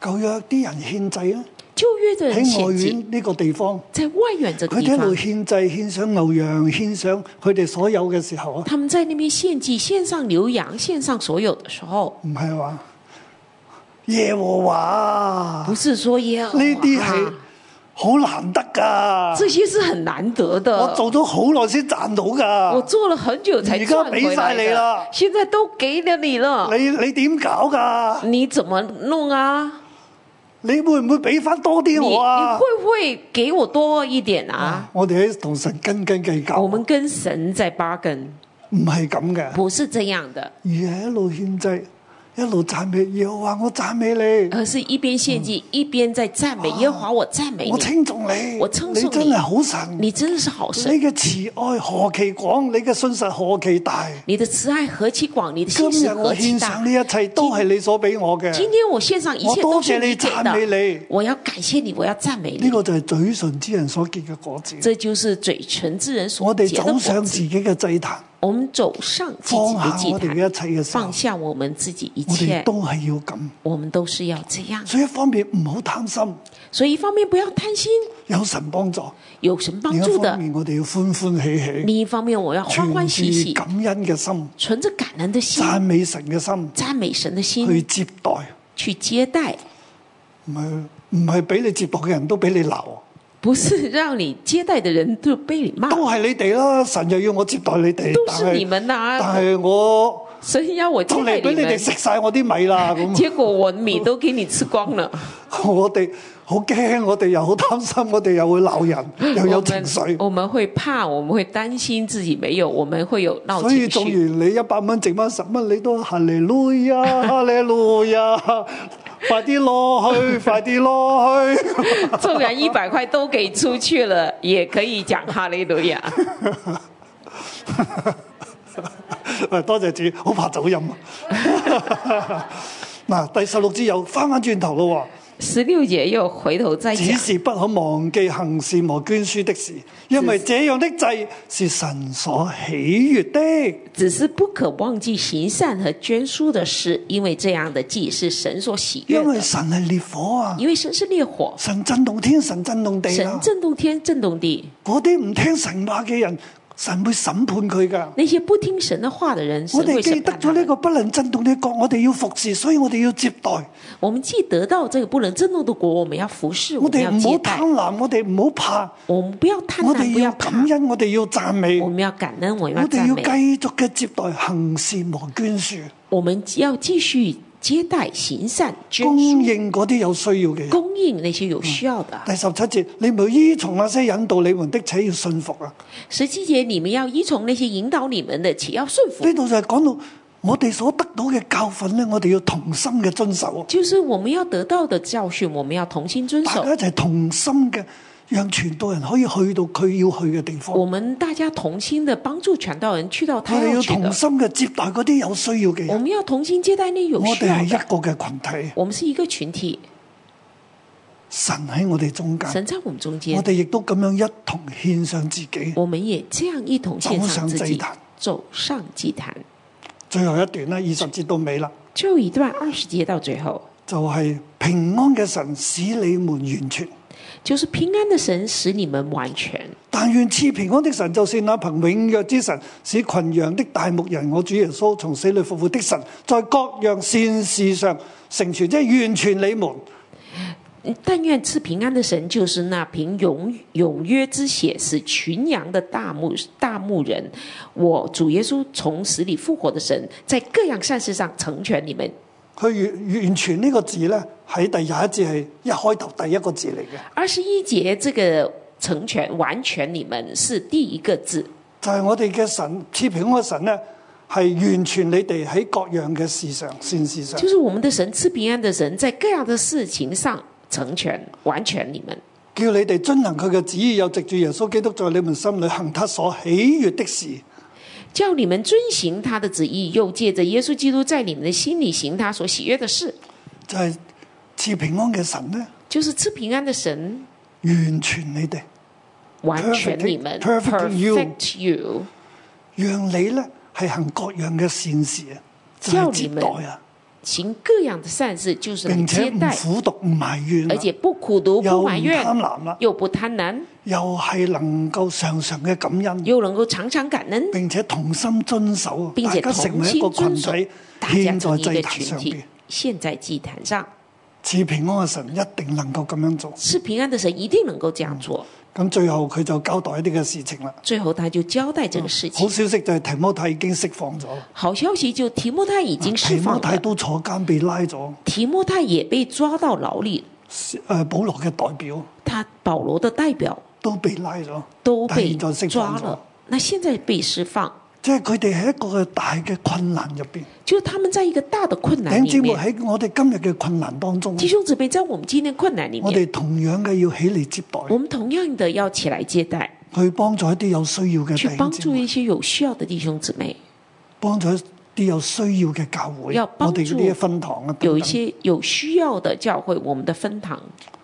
B: 舊約啲人獻祭啊，
C: 旧约的人
B: 喺外
C: 献祭，
B: 院呢個地方，
C: 在外院这
B: 佢
C: 个
B: 哋
C: 地
B: 一路
C: 方，
B: 獻祭，獻上牛羊，獻上佢哋所有嘅時候啊，
C: 他们在那边献祭，献上牛羊，献上所有的时候，
B: 唔係話耶和華啊
C: 不是说耶和华
B: 呢啲
C: 啊
B: 係好難得㗎。
C: 这些是很难得的。
B: 我做咗好耐先賺到
C: 啊我
B: 㗎，
C: 做了很久才赚回来
B: 你而家俾晒你啦
C: 的，现在都给了你了，
B: 你你點搞㗎？
C: 你怎么弄啊？
B: 你會唔會俾翻多
C: 你
B: 啲
C: 你
B: 我啊？
C: 会不会给我多一点啊？
B: 我哋喺同神斤斤計較，
C: 我们跟神在 bargain，
B: 唔係咁嘅，
C: 不是这样的，
B: 而係一路獻祭，一路讚美耶和華，我讚美你，
C: 而是一边献祭，一边在赞美耶和华，我赞美
B: 嗯我
C: 你，
B: 稱重你，
C: 我稱頌你
B: 你真係好神，
C: 你真的是好神，
B: 你嘅慈愛何其廣，你嘅信實何其大。
C: 你的慈爱何其广，你的
B: 今
C: 信
B: 日
C: 实
B: 我
C: 何其
B: 獻
C: 大
B: 上。呢一切都係你所俾我嘅，
C: 今天我献上一
B: 我
C: 切
B: 多
C: 都
B: 謝
C: 是
B: 你
C: 给
B: 讚美
C: 的
B: 你，
C: 我要感谢你，我要赞美
B: 呢
C: 你。
B: 個就係嘴唇之人所結嘅果子。
C: 这就是嘴唇之人所
B: 我哋
C: 结的
B: 走
C: 果
B: 上
C: 子。
B: 自己嘅祭壇，
C: 我们走上自
B: 放
C: 己的
B: 下
C: 祭
B: 我哋
C: 坛，
B: 嘅一切嘅時候
C: 放，下我们自己一
B: 我哋
C: 切，
B: 都係要咁。
C: 我们都是要这样。
B: 所以一方面唔好貪心，
C: 所以一方面不要贪心，
B: 有神幫助；
C: 有神帮
B: 另
C: 助
B: 一方
C: 的；
B: 面我哋要歡歡喜喜，
C: 另一方面，我要欢欢喜
B: 存住
C: 喜，
B: 感恩嘅心，
C: 存着感恩的心，
B: 讚美神嘅心
C: 赞美神的
B: 去
C: 心
B: 接待，
C: 去接待，
B: 唔係唔係俾你接待嘅人都俾你鬧，
C: 不是让你接待的人都被你骂，
B: 都係你哋啦。神又要我接待你哋，
C: 啊都
B: 但
C: 是你
B: 係
C: 们呐、
B: 但係我
C: 神要我接
B: 就
C: 待
B: 嚟俾
C: 你
B: 你哋
C: 们，
B: 食晒我啲米 啦咁。
C: 结果我米都给你吃光了。
B: 我哋好驚，我哋又好擔心，我哋又會鬧 人，又有
C: 我哦
B: 情
C: 们
B: 緒。
C: 我们会怕，我们会担心自己没有，我们会有闹
B: 所以縱
C: 情绪。
B: 然你一百蚊剩翻十蚊，你都哈利路亞，哈利路亞， 快啲攞 去，快啲攞去。
C: 纵然一百块都给出去了，也可以讲哈利路 亚。
B: 喂多謝主，好怕走音啊！ 嗱，第十六節又翻翻轉頭咯
C: 十六节又回头
B: 喎，
C: 再
B: 只
C: 讲，
B: 是不可忘記行善和捐書的事，因為這樣的祭是神所喜悦的。
C: 只是不可忘记行善和捐书的事，因为这样的祭是神所喜悦
B: 因為
C: 的，
B: 神係烈火啊，
C: 因为神是烈火，
B: 神震動天，神震動地
C: 神
B: 啊。
C: 震动天，震动地。
B: 嗰啲唔聽神話嘅人，神會審判佢㗎。
C: 那些不听神的话的人，神
B: 我哋
C: 会
B: 既
C: 审
B: 得
C: 判他
B: 咗呢
C: 们。
B: 個不能震動嘅國，我哋要服侍，所以我哋要接待。
C: 我们既得到这个不能震动的国，我们要服侍，我
B: 我
C: 们
B: 哋
C: 要
B: 唔
C: 接
B: 好
C: 待，
B: 貪婪，我哋唔好怕，
C: 我们不要贪
B: 我
C: 婪，不
B: 哋要
C: 要怕
B: 感。恩，我哋要讚美，
C: 我
B: 我
C: 们要感恩，我们要
B: 哋
C: 赞
B: 要
C: 美，
B: 繼續嘅接待行善和捐樹，
C: 我们要继续接待、行善、捐
B: 供
C: 书，
B: 應嗰啲有需要嘅人。
C: 供应那些有需要的。啊
B: 第十七節，你們要依從那些引導你們的，且要信服啊！
C: 十七节，你们要依从那些引导你们的，且要顺服
B: 呢。度就係講到我哋所得到嘅教訓咧，我哋要同心嘅遵守。啊
C: 就是我们要得到的教训，我们要同心遵
B: 大
C: 守
B: 家。一齊同心嘅，讓傳道人可以去到佢要去嘅地方。
C: 我
B: 我
C: 们大家同心的帮助传道人去到他
B: 哋
C: 要
B: 要
C: 去的
B: 同。心嘅接待嗰啲有需要嘅
C: 我
B: 人。
C: 们要同心接待那有
B: 我
C: 需
B: 哋
C: 要
B: 係一
C: 的。
B: 個嘅群體，
C: 我们是一个群体，
B: 神喺我哋中間，
C: 神在我们中
B: 啊我
C: 间，
B: 哋亦都咁樣一同獻上自己。
C: 我们也这样一同献上自
B: 走上祭
C: 己
B: 坛，
C: 走上祭坛。
B: 最後一段啦，二十節到尾啦，
C: 最后一段二十节到最后。
B: 就係、平安嘅神使你們完全。
C: 就是平安的神使你们完全。
B: 但願賜平安的神，就是那憑永約之神，使群羊的大牧人，我主耶穌從死裏復活的神，在各樣善事上成全，即係完全你們。
C: 但愿赐平安的神，就是那凭永永约之血使群羊的大牧大牧人，我主耶稣从死里复活的神，在各样善事上成全你们。
B: 佢完完全呢個字咧，喺第廿一節係一開頭第一個字嚟嘅，
C: 二十一节这个成全完全你们是第一个字，
B: 就係、我哋嘅神賜平安嘅神咧，係完全你哋喺各樣嘅事上、善事上
C: 就，是我们的神赐平安的神，在各样的事情上成全完全你们，
B: 叫你哋遵行佢嘅旨意，又藉住耶穌基督在你們心裏行他所喜悦的事。
C: 叫你们遵行他的旨意，又借着耶稣基督在你们的心里行他所喜悦的事。
B: 就係、賜平安嘅神咧，
C: 就是赐平安的神
B: 完全你哋，
C: 完全你们
B: Perfect you
C: perfect you，
B: 讓你咧係行各樣嘅善事啊，就係、接待啊，
C: 行各样的善事，就是你
B: 並且
C: 接
B: 唔
C: 待，
B: 苦毒、唔埋怨啊
C: 而，且不苦读、
B: 又
C: 不
B: 唔
C: 埋怨，
B: 貪婪啦，
C: 又不贪婪，
B: 又係能夠常常嘅感恩。
C: 又能够常常感恩，
B: 並且同心遵守，啊
C: 并且
B: 大家成
C: 同
B: 為一個群
C: 心遵守
B: 體，。
C: 大家
B: 獻在
C: 成为
B: 祭
C: 一个
B: 壇
C: 群
B: 上
C: 体
B: 邊。，
C: 现在祭坛上，
B: 賜平安嘅神一定能夠咁樣做。
C: 赐平安的神一定能够这样做。
B: 咁最後佢就交代一啲嘅事情啦。
C: 最后，他就交代这个事
B: 好
C: 情。
B: 消息就係提摩太已經釋放咗，
C: 好消息就提莫泰已经
B: 提
C: 释
B: 摩
C: 放
B: 太
C: 了，
B: 都坐監被拉咗。
C: 提莫泰也被抓到牢里，
B: 誒、呃，保羅嘅代表
C: 他保罗的代表
B: 都被拉咗，
C: 都
B: 但係
C: 被
B: 現在釋
C: 抓
B: 放咗
C: 了，那现在被释放，
B: 即係佢哋喺一個大嘅困難入邊。
C: 就是他们在一个大的困
B: 弟
C: 难
B: 兄
C: 里
B: 姊妹
C: 面。
B: 喺我哋今日嘅困難當中，
C: 弟兄姊妹，在我们今天困难里
B: 我
C: 面，
B: 哋同樣嘅要起嚟接待，
C: 我们同样的要起来接待，
B: 去幫助一啲有需要嘅
C: 去
B: 弟兄
C: 帮
B: 姊
C: 助一
B: 妹，
C: 些有需要的弟兄姊妹，
B: 幫助一啲有需要嘅教會，
C: 要幫
B: 我
C: 助
B: 哋呢啲分堂啊等
C: 有一
B: 等，
C: 些有需要的教会，我们的分堂，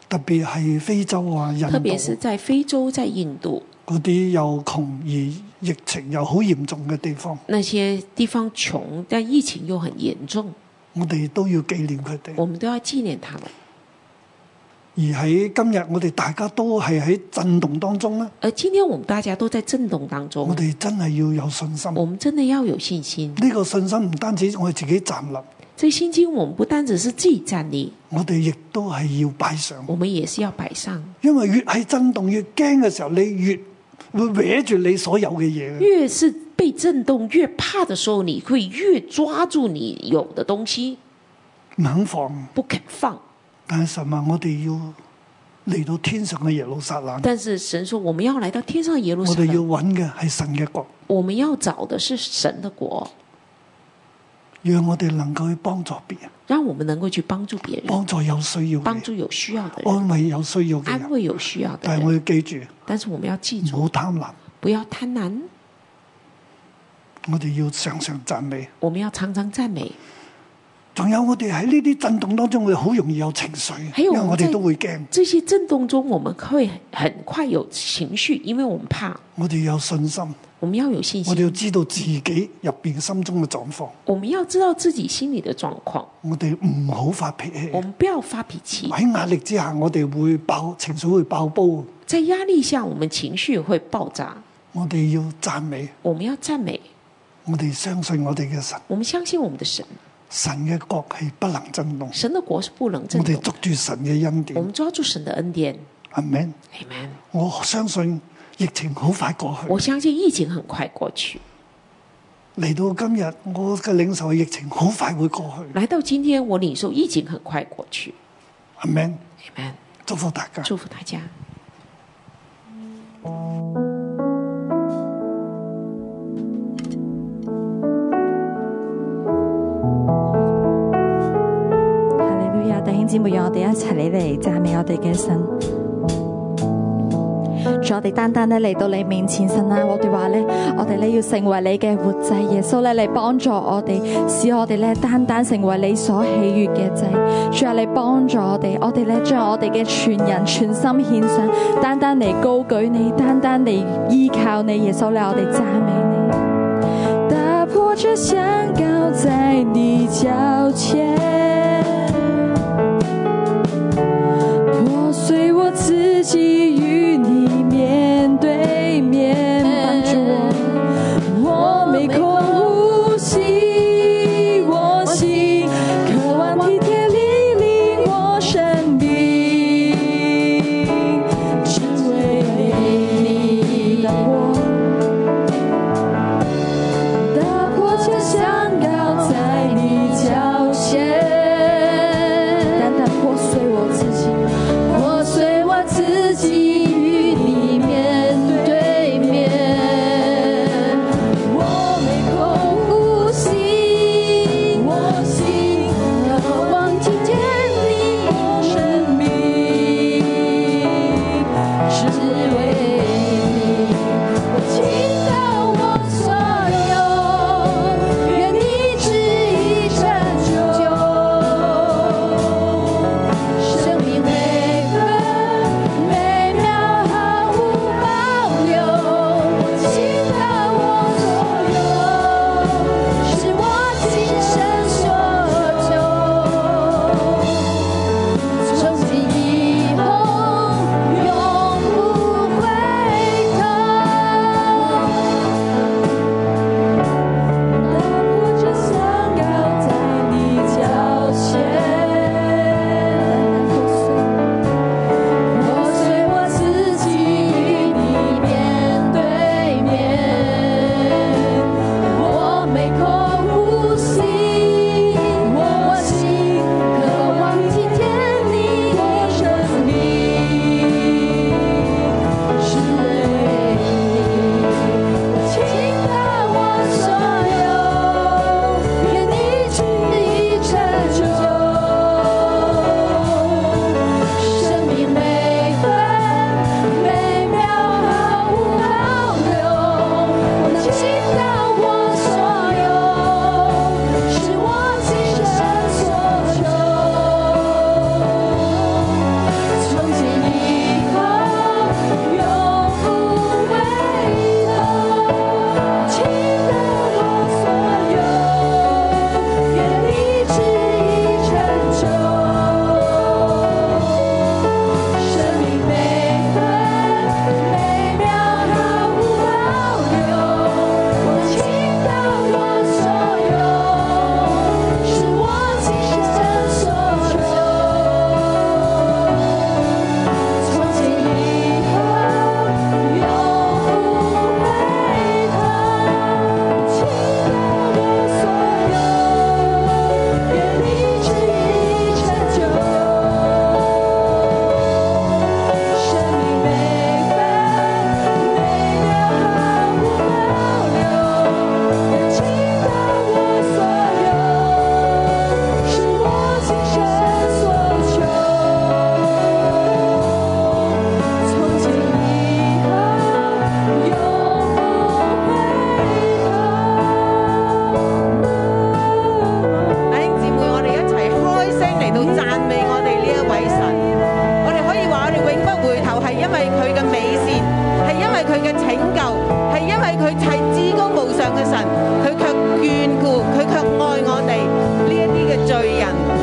B: 特別係非洲啊、印度
C: 特别是在非洲、在印度
B: 嗰啲又窮而疫情又好嚴重嘅地方，
C: 那些地方穷，但疫情又很严重，
B: 我哋都要紀念佢哋。
C: 我们都要纪念他们。
B: 而喺今日，我哋大家都係喺震動當中咧，
C: 而今天我们大家都在震动当
B: 我
C: 中，
B: 哋真係要有信心。
C: 我们真的要有信心。
B: 呢個信心唔單止我哋自己站立，
C: 这信心我们不单只是自己站立，
B: 我哋亦都係要拜上。
C: 我们也是要摆上。
B: 因為越係震動越驚嘅時候，你越會搲住你所有嘅嘢嘅。
C: 越是被震动、越怕的时候，你会越抓住你有的东西
B: 唔肯放。
C: 不肯放。
B: 但係神話我哋要嚟到天上嘅耶路撒冷，
C: 但是神说，我们要来到天上耶路
B: 我
C: 撒
B: 哋要
C: 冷，
B: 揾嘅係神嘅國，
C: 我们要找的是神的国，
B: 讓我哋能夠去幫助別人，
C: 让我们能够去帮助别人，
B: 幫助有需要嘅
C: 帮
B: 人，
C: 嗯助有需要的人，
B: 安慰有需要嘅
C: 安
B: 人。
C: 慰有需要的
B: 但啊哎係我
C: 人。
B: 要記住，
C: 但是我们要记住，
B: 唔好貪婪，
C: 不要贪婪，
B: 我哋要常常讚美。
C: 我们要常常赞美。
B: 仲有我哋喺呢啲震動當中，我哋好容易有情緒，
C: 喺
B: 因
C: 我
B: 為
C: 們
B: 我哋
C: 在
B: 都會驚。
C: 这些震动中，我们会很快有情绪，因为我们怕，
B: 我哋要有信心，
C: 我们要有信
B: 我哋
C: 心，
B: 要知道自己入邊心中嘅狀況，
C: 我们要知道自己心里的状况，
B: 我哋唔好發脾氣。
C: 我们不要发脾气。
B: 喺壓力之下，我哋會爆情緒會爆煲。
C: 在压力下，我们情绪会爆炸。
B: 我哋要讚美，
C: 我们要赞美，
B: 我哋相信我哋嘅神，
C: 我们相信我们的神，
B: 神嘅國係不能震動。
C: 神的国是不能
B: 我
C: 震
B: 哋
C: 动的。
B: 捉住神嘅恩
C: 我
B: 典，
C: 们抓住神的恩典
B: 係咪？
C: ，Amen。
B: 我相信疫情好快過去。
C: 我相信疫情很快过去，
B: 嚟到今日，我嘅領受嘅疫情好快會過去。
C: 来到今天，我领受疫情很快过去
B: 阿 Man，
C: ，Amen。
B: 祝福大家。
C: 祝福大家。
D: 哈利路亞，弟兄姊妹，讓我哋一齊嚟嚟讚美我哋嘅神。主，我哋單單咧嚟到你面前，神啊，我哋話咧，我哋咧要成為你嘅活祭，耶穌咧嚟幫助我哋，使我哋咧單單成為你所喜悅嘅祭。主啊，你幫助我哋，我哋咧將我哋嘅全人全心獻上，單單嚟高舉你，單單嚟依靠你，耶穌咧，我哋讚美你。打破这香膏在你脚前，破碎我自己与你面对面，帮助我，我没空呼吸，我心渴望体贴你临我身边，只为你而活。打破这香膏在你脚前，
E: 佢係配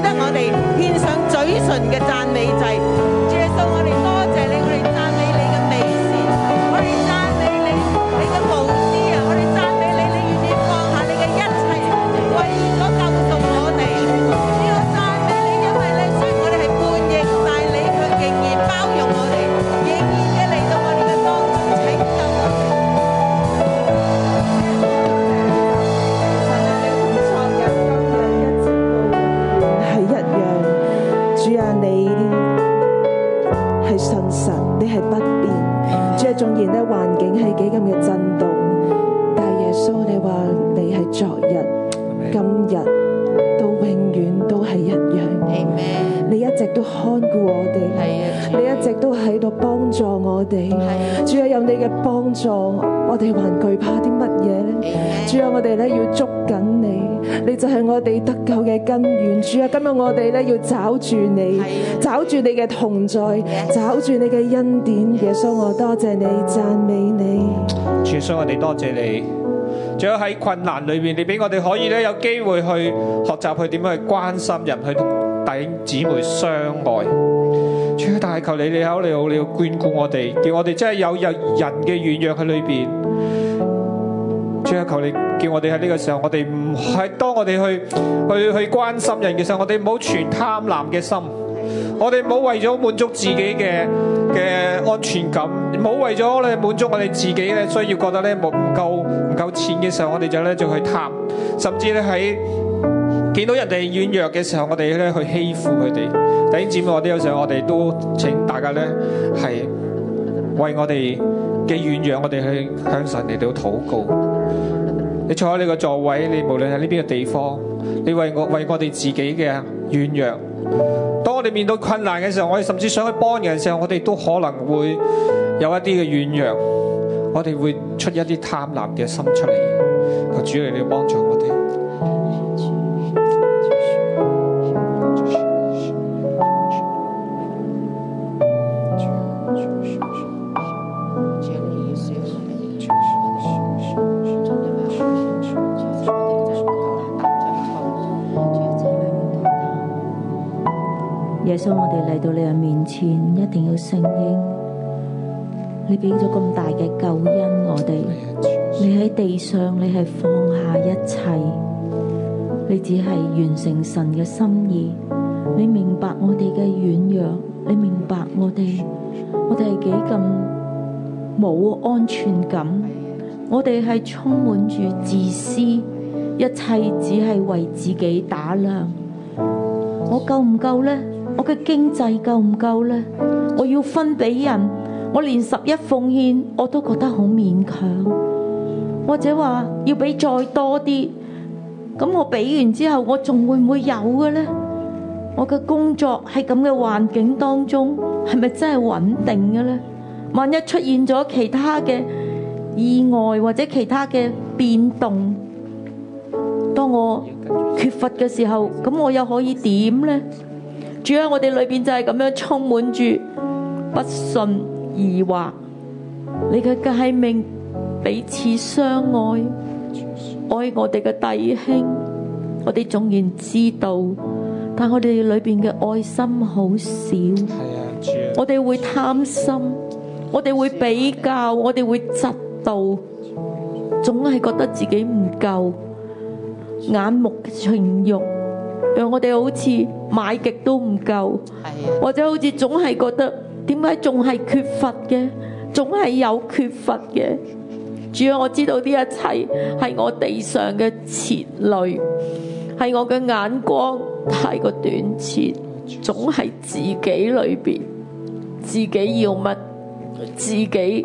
E: 得我哋獻上嘴唇嘅讚美祭。主耶穌，我哋多謝你，我哋讚美你嘅美善，我哋讚美你你嘅無私啊，我哋讚美你，你願意放下你嘅一切，為咗救贖我哋。呢個讚美你，因為你雖然我哋係叛逆，但係你卻仍然包容我哋，仍然嘅嚟到我哋嘅當中拯救我哋。神啊，你同創日今日一直到永遠係一樣。主啊，你係信神，你係不變。主啊，縱然咧環境係幾咁嘅震動，但係耶穌你話你係昨日、今日到永遠都係一樣。你一直都看顧我哋，你一直都喺度幫助我哋。主啊，有你嘅幫助，我哋還懼怕啲乜嘢呢？主啊，我哋咧要捉緊你，你就係我哋得救嘅根源。主啊，今日我哋咧要找住你，找住你嘅同在，找住你嘅恩典。耶穌，我多謝你，讚美你。
F: 主耶穌，我哋多謝你。仲有喺困難裏面，你俾我哋可以咧有機會去學習去點樣去關心人，去同弟兄姊妹相愛。主啊，但係求你，你考你好，你要眷顧我哋，叫我哋真係有有人嘅軟弱喺裏邊。主啊，求你叫我哋喺呢個時候，我哋唔係當我哋去去去關心人嘅時候，我哋唔好存貪婪嘅心，我哋唔好為咗滿足自己嘅嘅安全感，唔好為咗咧滿足我哋自己咧需要覺得咧冇唔夠唔夠錢嘅時候，我哋就咧就去貪，甚至咧喺。見到人哋軟弱嘅時候，我哋咧去欺負佢哋。弟兄姊妹，我哋有時候我哋都請大家咧係為我哋嘅軟弱，我哋去向神嚟到禱告。你坐喺你個座位，你無論喺呢邊嘅地方，你為我為我哋自己嘅軟弱。當我哋面對困難嘅時候，我哋甚至想去幫人嘅時候，我哋都可能會有一啲嘅軟弱，我哋會出一啲貪婪嘅心出嚟。求主嚟你幫助我哋。
C: 耶穌，我哋嚟到你嘅面前，一定要承認，你俾咗咁大嘅救恩我哋。你喺地上，你係放下一切，你只係完成神嘅心意。你明白我哋嘅軟弱，你明白我哋，我哋係幾咁冇安全感，我哋係充滿住自私，一切只係為自己打量。我夠唔夠呢？我嘅經濟夠唔夠呢？我要分俾人，我連十一奉獻我都覺得好勉強，或者話要俾再多啲，咁我俾完之後，我仲會唔會有嘅呢？我嘅工作喺咁嘅環境當中，係咪真係穩定嘅呢？萬一出現咗其他嘅意外或者其他嘅變動，當我缺乏嘅時候，咁我又可以點呢？主啊要我哋裏邊就係咁樣充滿住不信疑惑。你嘅誡命彼此相愛，愛我哋嘅弟兄，我哋縱然知道，但我哋裏邊嘅愛心好少。
F: 係啊，主啊。
C: 我哋會貪心，我哋會比較，我哋會嫉妒，總係覺得自己唔夠，眼目嘅情慾，讓我哋好似買極都唔夠，或者好似總係覺得點解仲係缺乏嘅，總係有缺乏嘅。主啊，我知道呢一切係我地上嘅纏累，係我嘅眼光太過短淺，總係自己裏邊，自己要乜，自己缺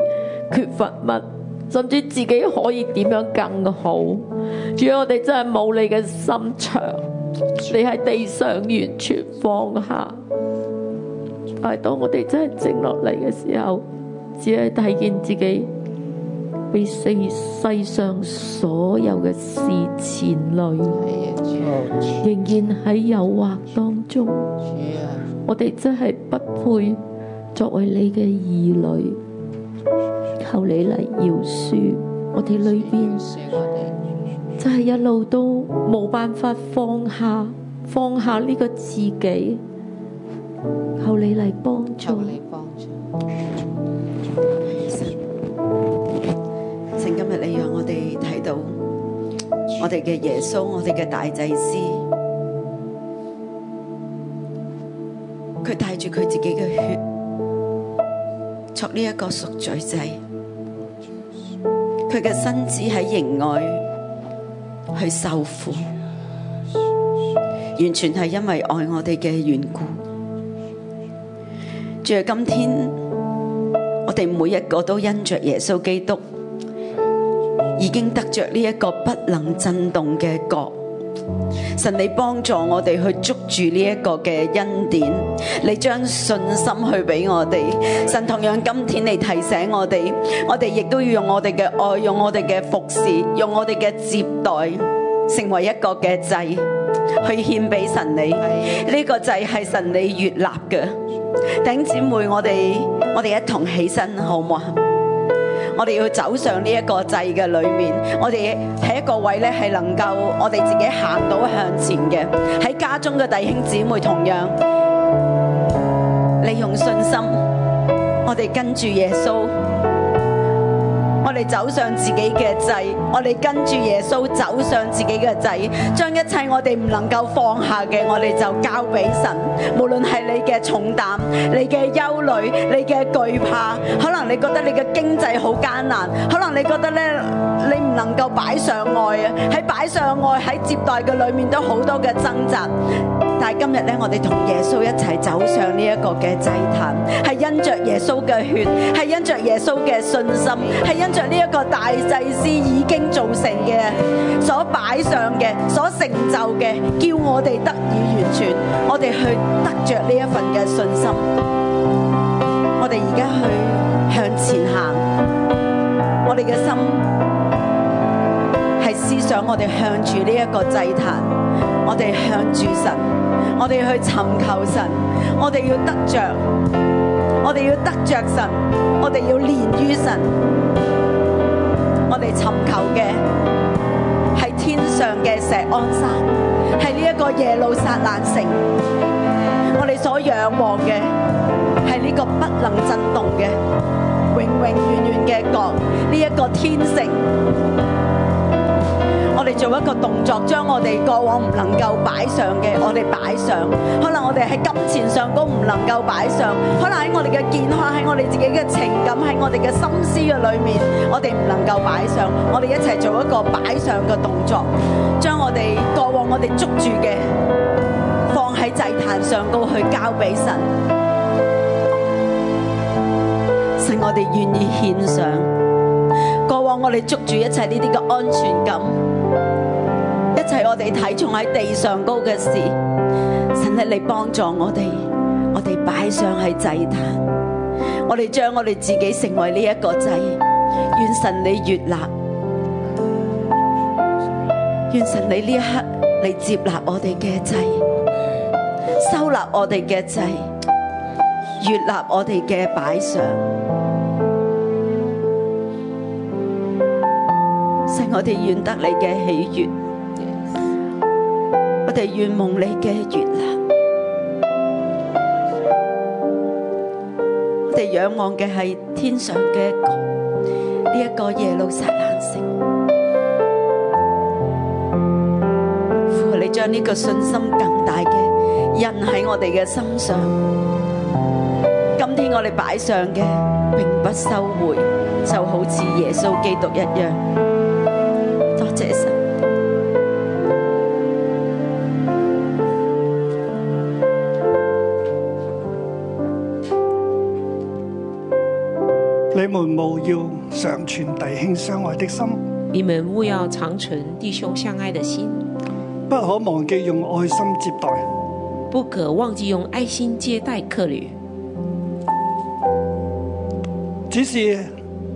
C: 乏乜，甚至自己可以點樣更好。主啊，我哋真係冇你嘅心腸，你喺地上完全放下。但係當我哋真係靜落嚟嘅時候，只係睇見自己。被世世上所有嘅事纏累，仍然喺誘惑當中。我哋真係不配作為你嘅兒女，求你嚟饒恕我哋裏邊，真係一路都冇辦法放下
G: 放下呢個自己，求你嚟幫助
A: 求。你幫助。神，神今日你讓我哋睇到我哋嘅耶穌，我哋嘅大祭司，佢帶住佢自己嘅血，作呢一個贖罪祭。佢嘅身子喺營外去受苦，完全係因為愛我哋嘅緣故。主啊，今天我哋每一個都因着耶穌基督，已經得着呢一個不能震動嘅角。神，你幫助我哋去捉住呢一個嘅恩典，你將信心去俾我哋。神同樣今天你提醒我哋，我哋亦都要用我哋嘅愛，用我哋嘅服侍，用我哋嘅接待，成為一個嘅祭，去獻俾神你。呢、個祭係神你悦納嘅。弟兄姊妹，我哋我哋一同起身好唔好啊？我哋要走上呢一個制嘅裏面，我哋喺一個位咧係能夠我哋自己行到向前嘅。喺家中嘅弟兄姊妹同樣，你用信心，我哋跟住耶穌，我哋走上自己嘅制，我哋跟住耶穌走上自己嘅制，將一切我哋唔能夠放下嘅，我哋就交俾神。無論係你嘅重擔、你嘅憂慮、你嘅懼怕，可能你覺得你嘅經濟好艱難，可能你覺得咧你唔能夠擺上愛啊，喺擺上愛喺接待嘅裏面都好多嘅掙扎。但係今日咧，我哋同耶穌一齊走上呢一個嘅祭壇，係因着耶穌嘅血，係因着耶穌嘅信心，係因着呢一個大祭司已經造成嘅所擺上嘅、所成就嘅，叫我哋得以完全，我哋去得着呢一份嘅信心。我哋而家去向前行，我哋嘅心係思想我哋向住呢一個祭壇。我哋向住神，我哋去尋求神，我哋要得着，我哋要得着神，我哋要連於神，我哋尋求嘅係天上嘅石安山，係呢一個耶路撒冷城，我哋所仰望嘅係呢個不能震動嘅永永遠遠嘅國，呢、一個天城。我哋做一個動作，將我哋過往唔能夠擺上嘅，我哋擺上。可能我哋喺金錢上高唔能夠擺上，可能喺我哋嘅健康、喺我哋自己嘅情感、喺我哋嘅心思嘅裏面，我哋唔能夠擺上。我哋一齊做一個擺上嘅動作，將我哋過往我哋捉住嘅，放喺祭壇上高去交俾神。使我哋願意獻上。過往我哋捉住一切呢啲嘅安全感。一切我哋睇重喺地上高嘅事，神啊，你幫助我哋，我哋擺上喺祭壇，我哋將我哋自己成為呢一個祭，願神你悦納，願神你呢一刻你接納我哋嘅祭，收納我哋嘅祭，悦納我哋嘅擺上，使我哋願得你嘅喜悦。我哋願望你嘅月亮，我哋仰望嘅係天上嘅國呢一個耶路撒冷城。父，你將呢個信心更大嘅印喺我哋嘅心上。今天我哋擺上嘅並不收回，就好似耶穌基督一樣。多謝神。
B: 你們務要常存弟兄相愛的心，
C: 你们勿要常存弟兄相爱的心，
B: 不可忘記用愛心接待。
C: 不可忘记用爱心接待客旅，
B: 只是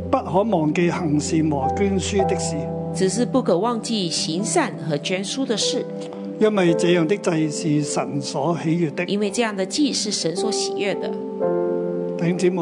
B: 不可忘記行善和捐書的事，
C: 只是不可忘记行善和捐书的事，
B: 因為這樣的祭是神所喜悦的。
C: 因为这样的祭是神所喜悦的。
B: 弟兄姊妹，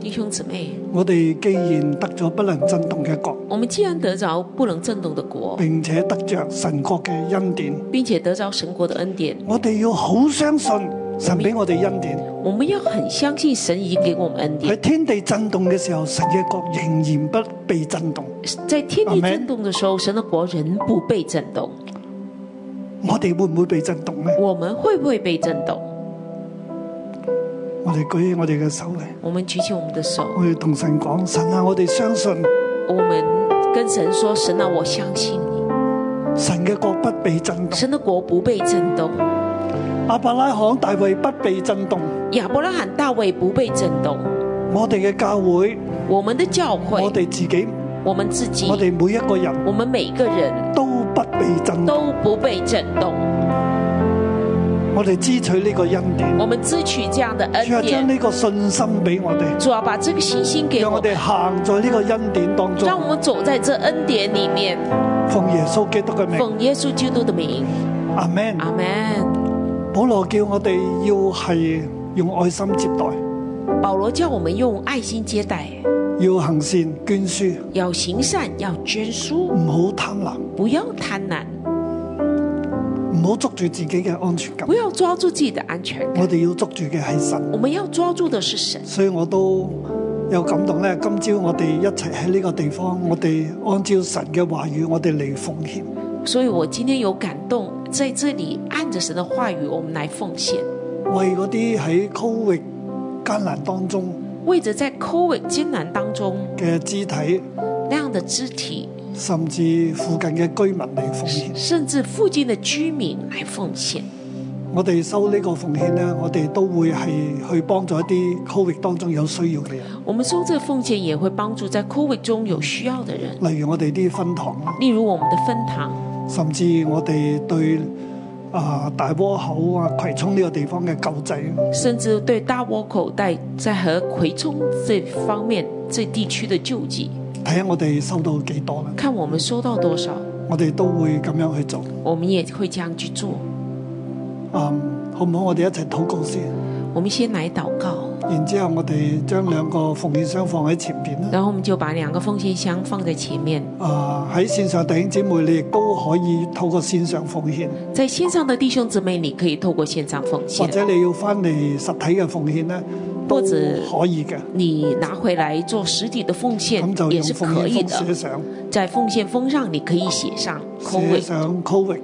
C: 弟弟兄姊妹，
B: 我哋既然得咗不能震動嘅國，
C: 我们既然得着不能震动的国，
B: 並且得着神國嘅恩典，
C: 并且得着神国的恩典，
B: 我哋要好相信神俾我哋恩典。
C: 我们要很相信神已经给我们恩
B: 喺
C: 典。
B: 天地震動嘅時候，神嘅國仍然不被震動。
C: 在天地
B: Amen
C: 震动的时候，神的国仍不被震动。
B: 我哋會唔會被震動呢？
C: 我们会不会被震动？
B: 我哋舉起我哋嘅手嚟，
C: 我们举起我们的手，
B: 我哋同神講：神啊，我哋相信
C: 我们跟神说：“神啊，我相信你，
B: 神嘅國不被震動。
C: 神的国不被震动。
B: 阿伯拉罕、大衛不被震動。
C: 亚伯拉罕、大卫不被震动。
B: 我哋嘅教會，
C: 我们的教会，嗯
B: 我哋自己，
C: 我们自己，
B: 我哋每一個人
C: 我们每个人
B: 都不被震動。
C: 都不被震动。
B: 我哋支取呢個恩典，
C: 我们支取这样的
B: 主啊，
C: 恩
B: 將
C: 典，
B: 呢個信心俾我哋，
C: 主啊，把这个信心给
B: 讓
C: 我
B: 我
C: 们
B: 哋，行在呢個恩典當中
C: 让。我们走在这恩典里面。
B: 奉耶穌基督嘅名，
C: 奉耶稣基督的名，
B: 阿 man。
C: 阿门。
B: 保羅叫我哋要係用愛心接待，
C: 保罗叫我们用爱心接待，
B: 要行善捐書，
C: 要行善，要捐书，
B: 唔好貪婪，
C: 不要贪婪，
B: 唔好捉住自己嘅安全感
C: 不。要抓住自己的安全感。
B: 我哋要捉住嘅係神，
C: 我们要抓住的是神。
B: 所以我都有感動咧。今朝我哋一齊喺呢個地方，我哋按照神嘅話語，我哋嚟奉獻。
C: 所以我今天有感动，在这里按着神的话语，我们来奉献，
B: 为嗰啲喺 Covid 艱難當中
C: 为着在 COVID 艰难当中
B: 嘅肢體，
C: 那样的肢体，
B: 甚至附近嘅居民嚟奉獻。
C: 甚至附近的居民来奉献。
B: 我哋收呢個奉獻咧，我哋都會係去幫助一啲 Covid 當中有需要嘅人，
C: 我们收这个奉献也会帮助在 COVID 中有需要的人，
B: 例如我哋啲分堂啦，
C: 例如我们的分堂，
B: 甚至我哋對啊、大窩口啊葵涌呢個地方嘅救濟，
C: 甚至对大窝口袋在和葵涌这方面这地区的救济，
B: 睇下我哋收到幾多啦。
C: 看我们收到多少，
B: 我哋都會咁樣去做。
C: 我们也会这样去做。
B: 嗯，好唔好？我哋一齊禱告先，
C: 我们先来祷告，
B: 然之後我哋將兩個奉獻箱放喺前邊啦。
C: 然后我们就把两个奉献箱放在前面。
B: 啊喺線上弟兄姊妹，你亦都可以透過線上奉獻，
C: 在线上的弟兄姊妹，你可以透过线上奉
B: 或
C: 献，
B: 者你要翻嚟實體嘅奉獻咧，都
C: 或
B: 可
C: 者
B: 以嘅。
C: 你拿回来做实体的奉
B: 咁
C: 献
B: 就
C: 也
B: 用
C: 是
B: 奉
C: 可以
B: 獻封寫
C: 的。
B: 上，
C: 在奉献封上，你可以写上
B: 寫
C: COVID，
B: 上 Covid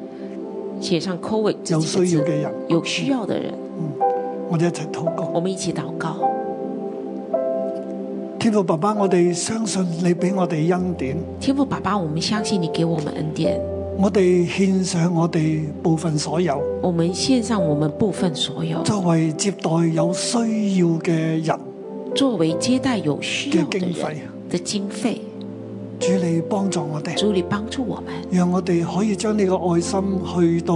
C: 写上 COVID 这
B: 有
C: 几个
B: 需要嘅
C: 字。
B: 人，
C: 有需要的人，
B: 我哋一齊禱告。
C: 我们一起祷告。
B: 天父爸爸，我哋相信你俾我哋恩典，
C: 天父爸爸，我们相信你给我们恩典，
B: 我哋獻上我哋部分所有，
C: 我们献上我们部分所有，
B: 作為接待有需要嘅人。
C: 作为接待有需要
B: 嘅
C: 的
B: 經費
C: 人的经费。
B: 主你幫助我哋，
C: 主，你帮助我们，
B: 讓我哋可以將呢個愛心去到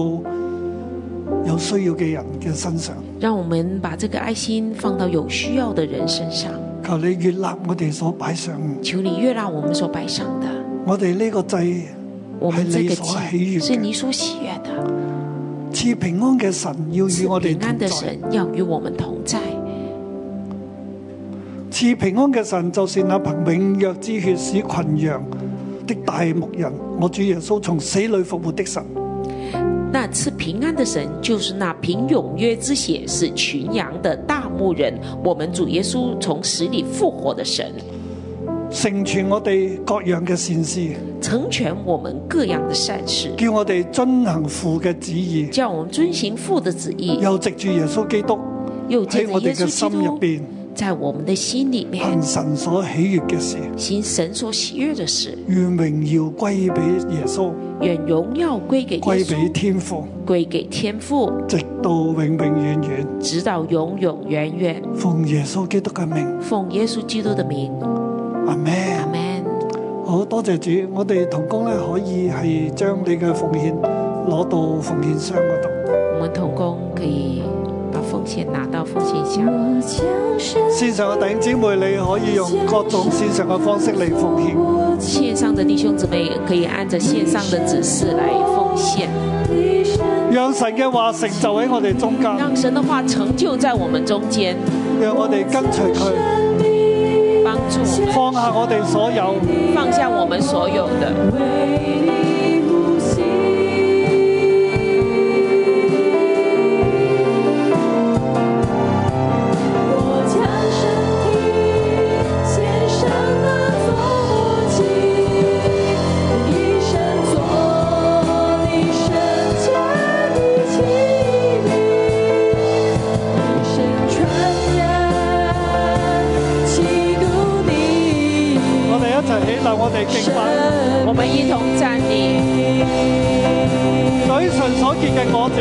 B: 有需要嘅人嘅身上。
C: 让我们把这个爱心放到有需要的人身上。
B: 求你悦纳我哋所摆上，
C: 求你悦纳我们所摆上的。
B: 我哋呢个祭
C: 我们
B: 系
C: 这
B: 你
C: 个
B: 所喜悦
C: 祭是你
B: 嘅，
C: 所喜悦的，
B: 赐平安嘅神要与我哋
C: 平安
B: 同
C: 的
B: 在。
C: 神要与我们同在。
B: 赐平安嘅神就是那凭永约之血使群羊的大牧人，我主耶稣从死里复活的神。
C: 那赐平安的神就是那凭永约之血使群羊的大牧人，我们主耶稣从死里复活的神，
B: 成全我哋各样嘅善事，
C: 成全我们各样的善事，
B: 叫我哋遵行父嘅旨意，
C: 叫我们遵行父的旨意，
B: 又藉住耶稣基督
C: 又借
B: 喺
C: 着
B: 我
C: 耶
B: 哋嘅
C: 稣
B: 心
C: 基
B: 入嗯
C: 督，
B: 边
C: 在我们的心里面
B: 行神所喜悦嘅事，
C: 行神所喜悦的事。
B: 愿荣耀归俾耶稣，
C: 愿荣耀归给耶
B: 归俾
C: 稣，
B: 天父，
C: 归给天父，
B: 直到永永远远。
C: 直到永永远远。
B: 奉耶穌基督嘅名，
C: 奉耶稣基督的名，
B: 阿
C: 阿
B: 咩？
C: 门。
B: 好多謝主，我哋同工咧可以係將你嘅奉獻攞到奉獻箱嗰度。
C: 我们童工可以把奉献拿到奉献箱。
E: 我将是
B: 線上嘅弟兄姊妹，你可以用各種線上嘅方式嚟奉獻。
E: 我
C: 线上的弟兄姊妹可以按着线上的指示来奉獻，
E: 一生
B: 讓神嘅話成就喺我哋中間，
C: 讓神的话成就在我们中间，
B: 讓我哋跟隨佢，
E: 的
B: 下我哋所有。
C: 放下我们所有的。
E: 我将身体献上那座火祭，一生做你圣洁的器皿，一生传染基督的
B: 我哋一齊起立，我哋敬拜。
C: 我们一同站立，
B: 嘴唇所結嘅果子，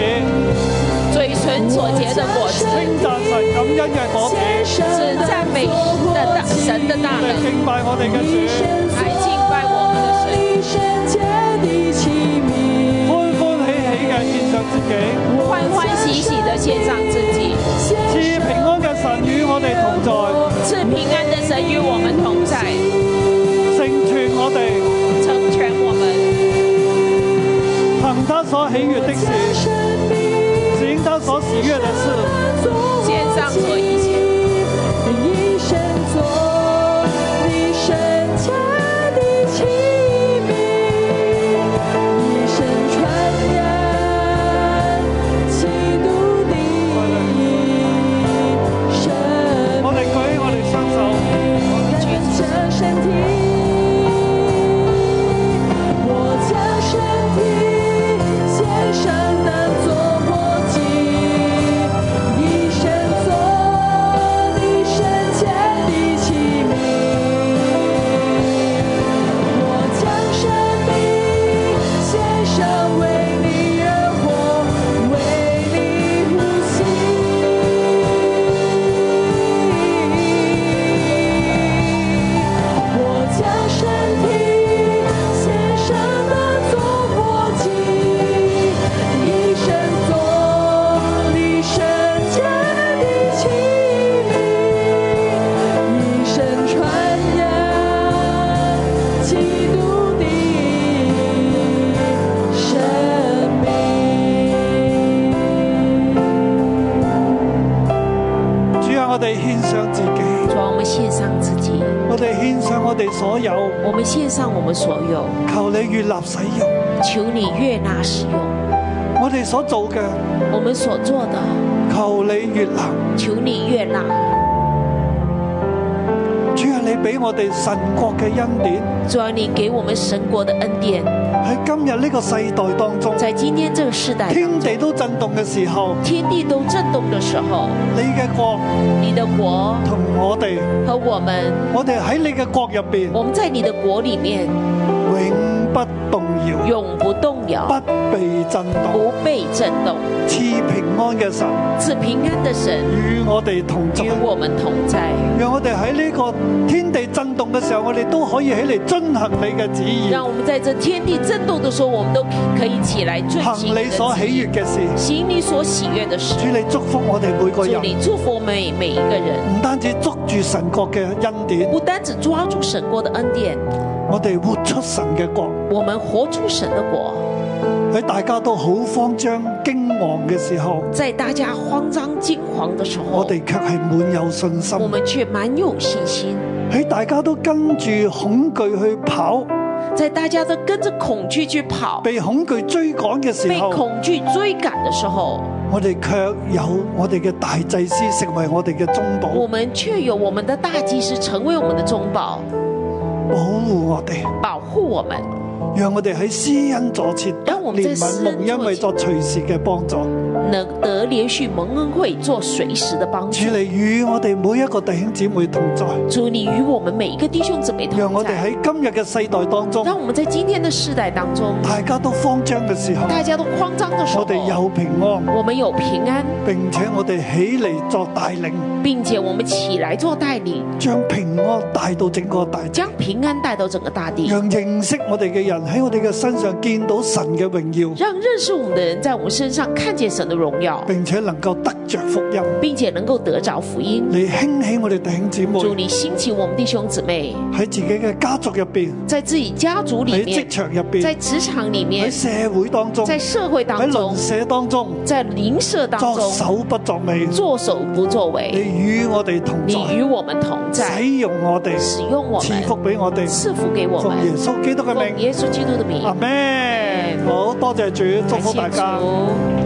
C: 嘴唇所结的果子
B: 稱讚神感恩嘅果子，
C: 是赞美的大神的大
B: 我哋
C: 能，
B: 敬拜我哋嘅主，
C: 来敬拜我们的神，
E: 一生洁的器皿。
B: 歡歡喜喜嘅獻上自己，
C: 欢欢喜喜的献上自己。
B: 賜平安嘅神與我哋同在，
C: 赐平安的神与我们同在，
B: 成全我哋，
C: 成全我们，
B: 行他所喜悦的事，行他所喜悦的事。
C: 献上所一切。
E: 一生做你圣洁的器皿，一生传染基督的生
B: 我哋舉我哋雙手，
E: 命，将身体，我将身体献上当作火祭，一生做你圣洁的器皿，我将生命献上为你而活，为你呼吸。我将身体献上那座火祭，一生做你圣洁的器皿，一生传染基督的生命。
B: 主啊，我哋獻上自己，
C: 主啊，我们献上自己，
B: 我哋獻上我哋所有，
C: 我们献上我们所有，
B: 求你越立使用，
C: 求你悦纳使用。
B: 我哋所做嘅，
C: 我们所做的，
B: 求你越立。
C: 求你悦纳。
B: 主啊，你俾我哋神國嘅恩典。
C: 主啊，你给我们神国的恩典，
B: 喺今日呢個世代當中，
C: 在今天这个世代，
B: 天地都震動嘅時候，
C: 天地都震动的时候，
B: 你嘅國
C: 你的国
B: 同我哋，
C: 和我们，
B: 我哋喺你嘅國入邊
C: 我们在你的国里面
B: 永不動搖，
C: 永不动摇，
B: 不被震動。
C: 不被震动。
B: 賜平安嘅神
C: 赐平安的神
B: 與我哋同在
C: 与，我们同在，
B: 讓我哋喺呢個天地震動嘅時候，我哋都可以起嚟遵行你嘅旨意，
C: 让我们在这天地震动的时候，我们都可以起来遵行
B: 行
C: 的
B: 你所
C: 旨
B: 喜
C: 意
B: 悦嘅事。
C: 行你所喜悦的事。
B: 主你祝福我哋每個
C: 祝
B: 人，
C: 你祝福我们每一个人，
B: 唔單止捉住神國嘅恩典，
C: 不单只抓住神国的恩典，
B: 我哋活出神嘅國。
C: 我们活出神的国。
B: 喺大家都好慌張驚惶嘅時候，
C: 在大家慌张惊惶的时候，
B: 我哋卻係滿有信心
C: 我；们却蛮有信心。
B: 喺大家都跟住恐懼去跑，
C: 在大家都跟着恐惧去跑，
B: 被恐懼追趕嘅時
C: 被
B: 候，
C: 恐惧追赶的时候，
B: 我哋卻有我哋嘅大祭司成為我哋嘅中保，
C: 我们却有我们的大祭司成为我们的中保，
B: 保護我哋，
C: 保护我们，
B: 讓我哋喺施恩座前
C: 讓我們在
B: 憐憫
C: 施恩
B: 蒙恩為作隨時嘅幫助。
C: 能得连续蒙恩惠，做随时的帮助
B: 主。你與我哋每一個弟兄姊妹同在，
C: 主，你与我们每一个弟兄姊妹
B: 讓
C: 同
B: 我哋
C: 在。
B: 喺今日嘅世代當中，
C: 让我们在今天的世代当中，
B: 大家都慌張嘅時候，
C: 大家都慌张的时候，
B: 啊我哋有平安。
C: 我们有平安，
B: 並且我哋起嚟作帶領，
C: 并且我们起来做代理，
B: 將平安帶到整個大地，
C: 将平安带到整个大地，
B: 讓認識我哋嘅嘅人喺我哋嘅身上見到神嘅榮耀，
C: 让认识我们的人在我们身上看见神的荣耀，
B: 並且能夠得着福音。
C: 并且能够得着福音。
B: 你興起我哋弟兄姊妹
C: 主，你兴起我们弟兄姊妹，
B: 喺自己嘅家族入邊，
C: 在自己家族里
B: 喺職
C: 面，
B: 場入
C: 在
B: 邊，
C: 职场里
B: 喺
C: 面，
B: 社會當中，
C: 在
B: 喺
C: 社会当中
B: 鄰，舍當中，
C: 在邻舍当
B: 作
C: 中，
B: 首不作尾。
C: 作手不作
B: 你
C: 为。
B: 與我哋同
C: 你与
B: 在，
C: 我们同在
B: 使，用我哋，
C: 使用我
B: 賜福
C: 们，
B: 俾我哋，
C: 赐福给我
B: 奉耶
C: 们。
B: 穌基督嘅
C: 奉
B: 名，
C: 耶稣基督的名，
B: 阿
C: 感
B: 咩？好多謝主，祝福大
C: 谢
B: 家。
C: 主。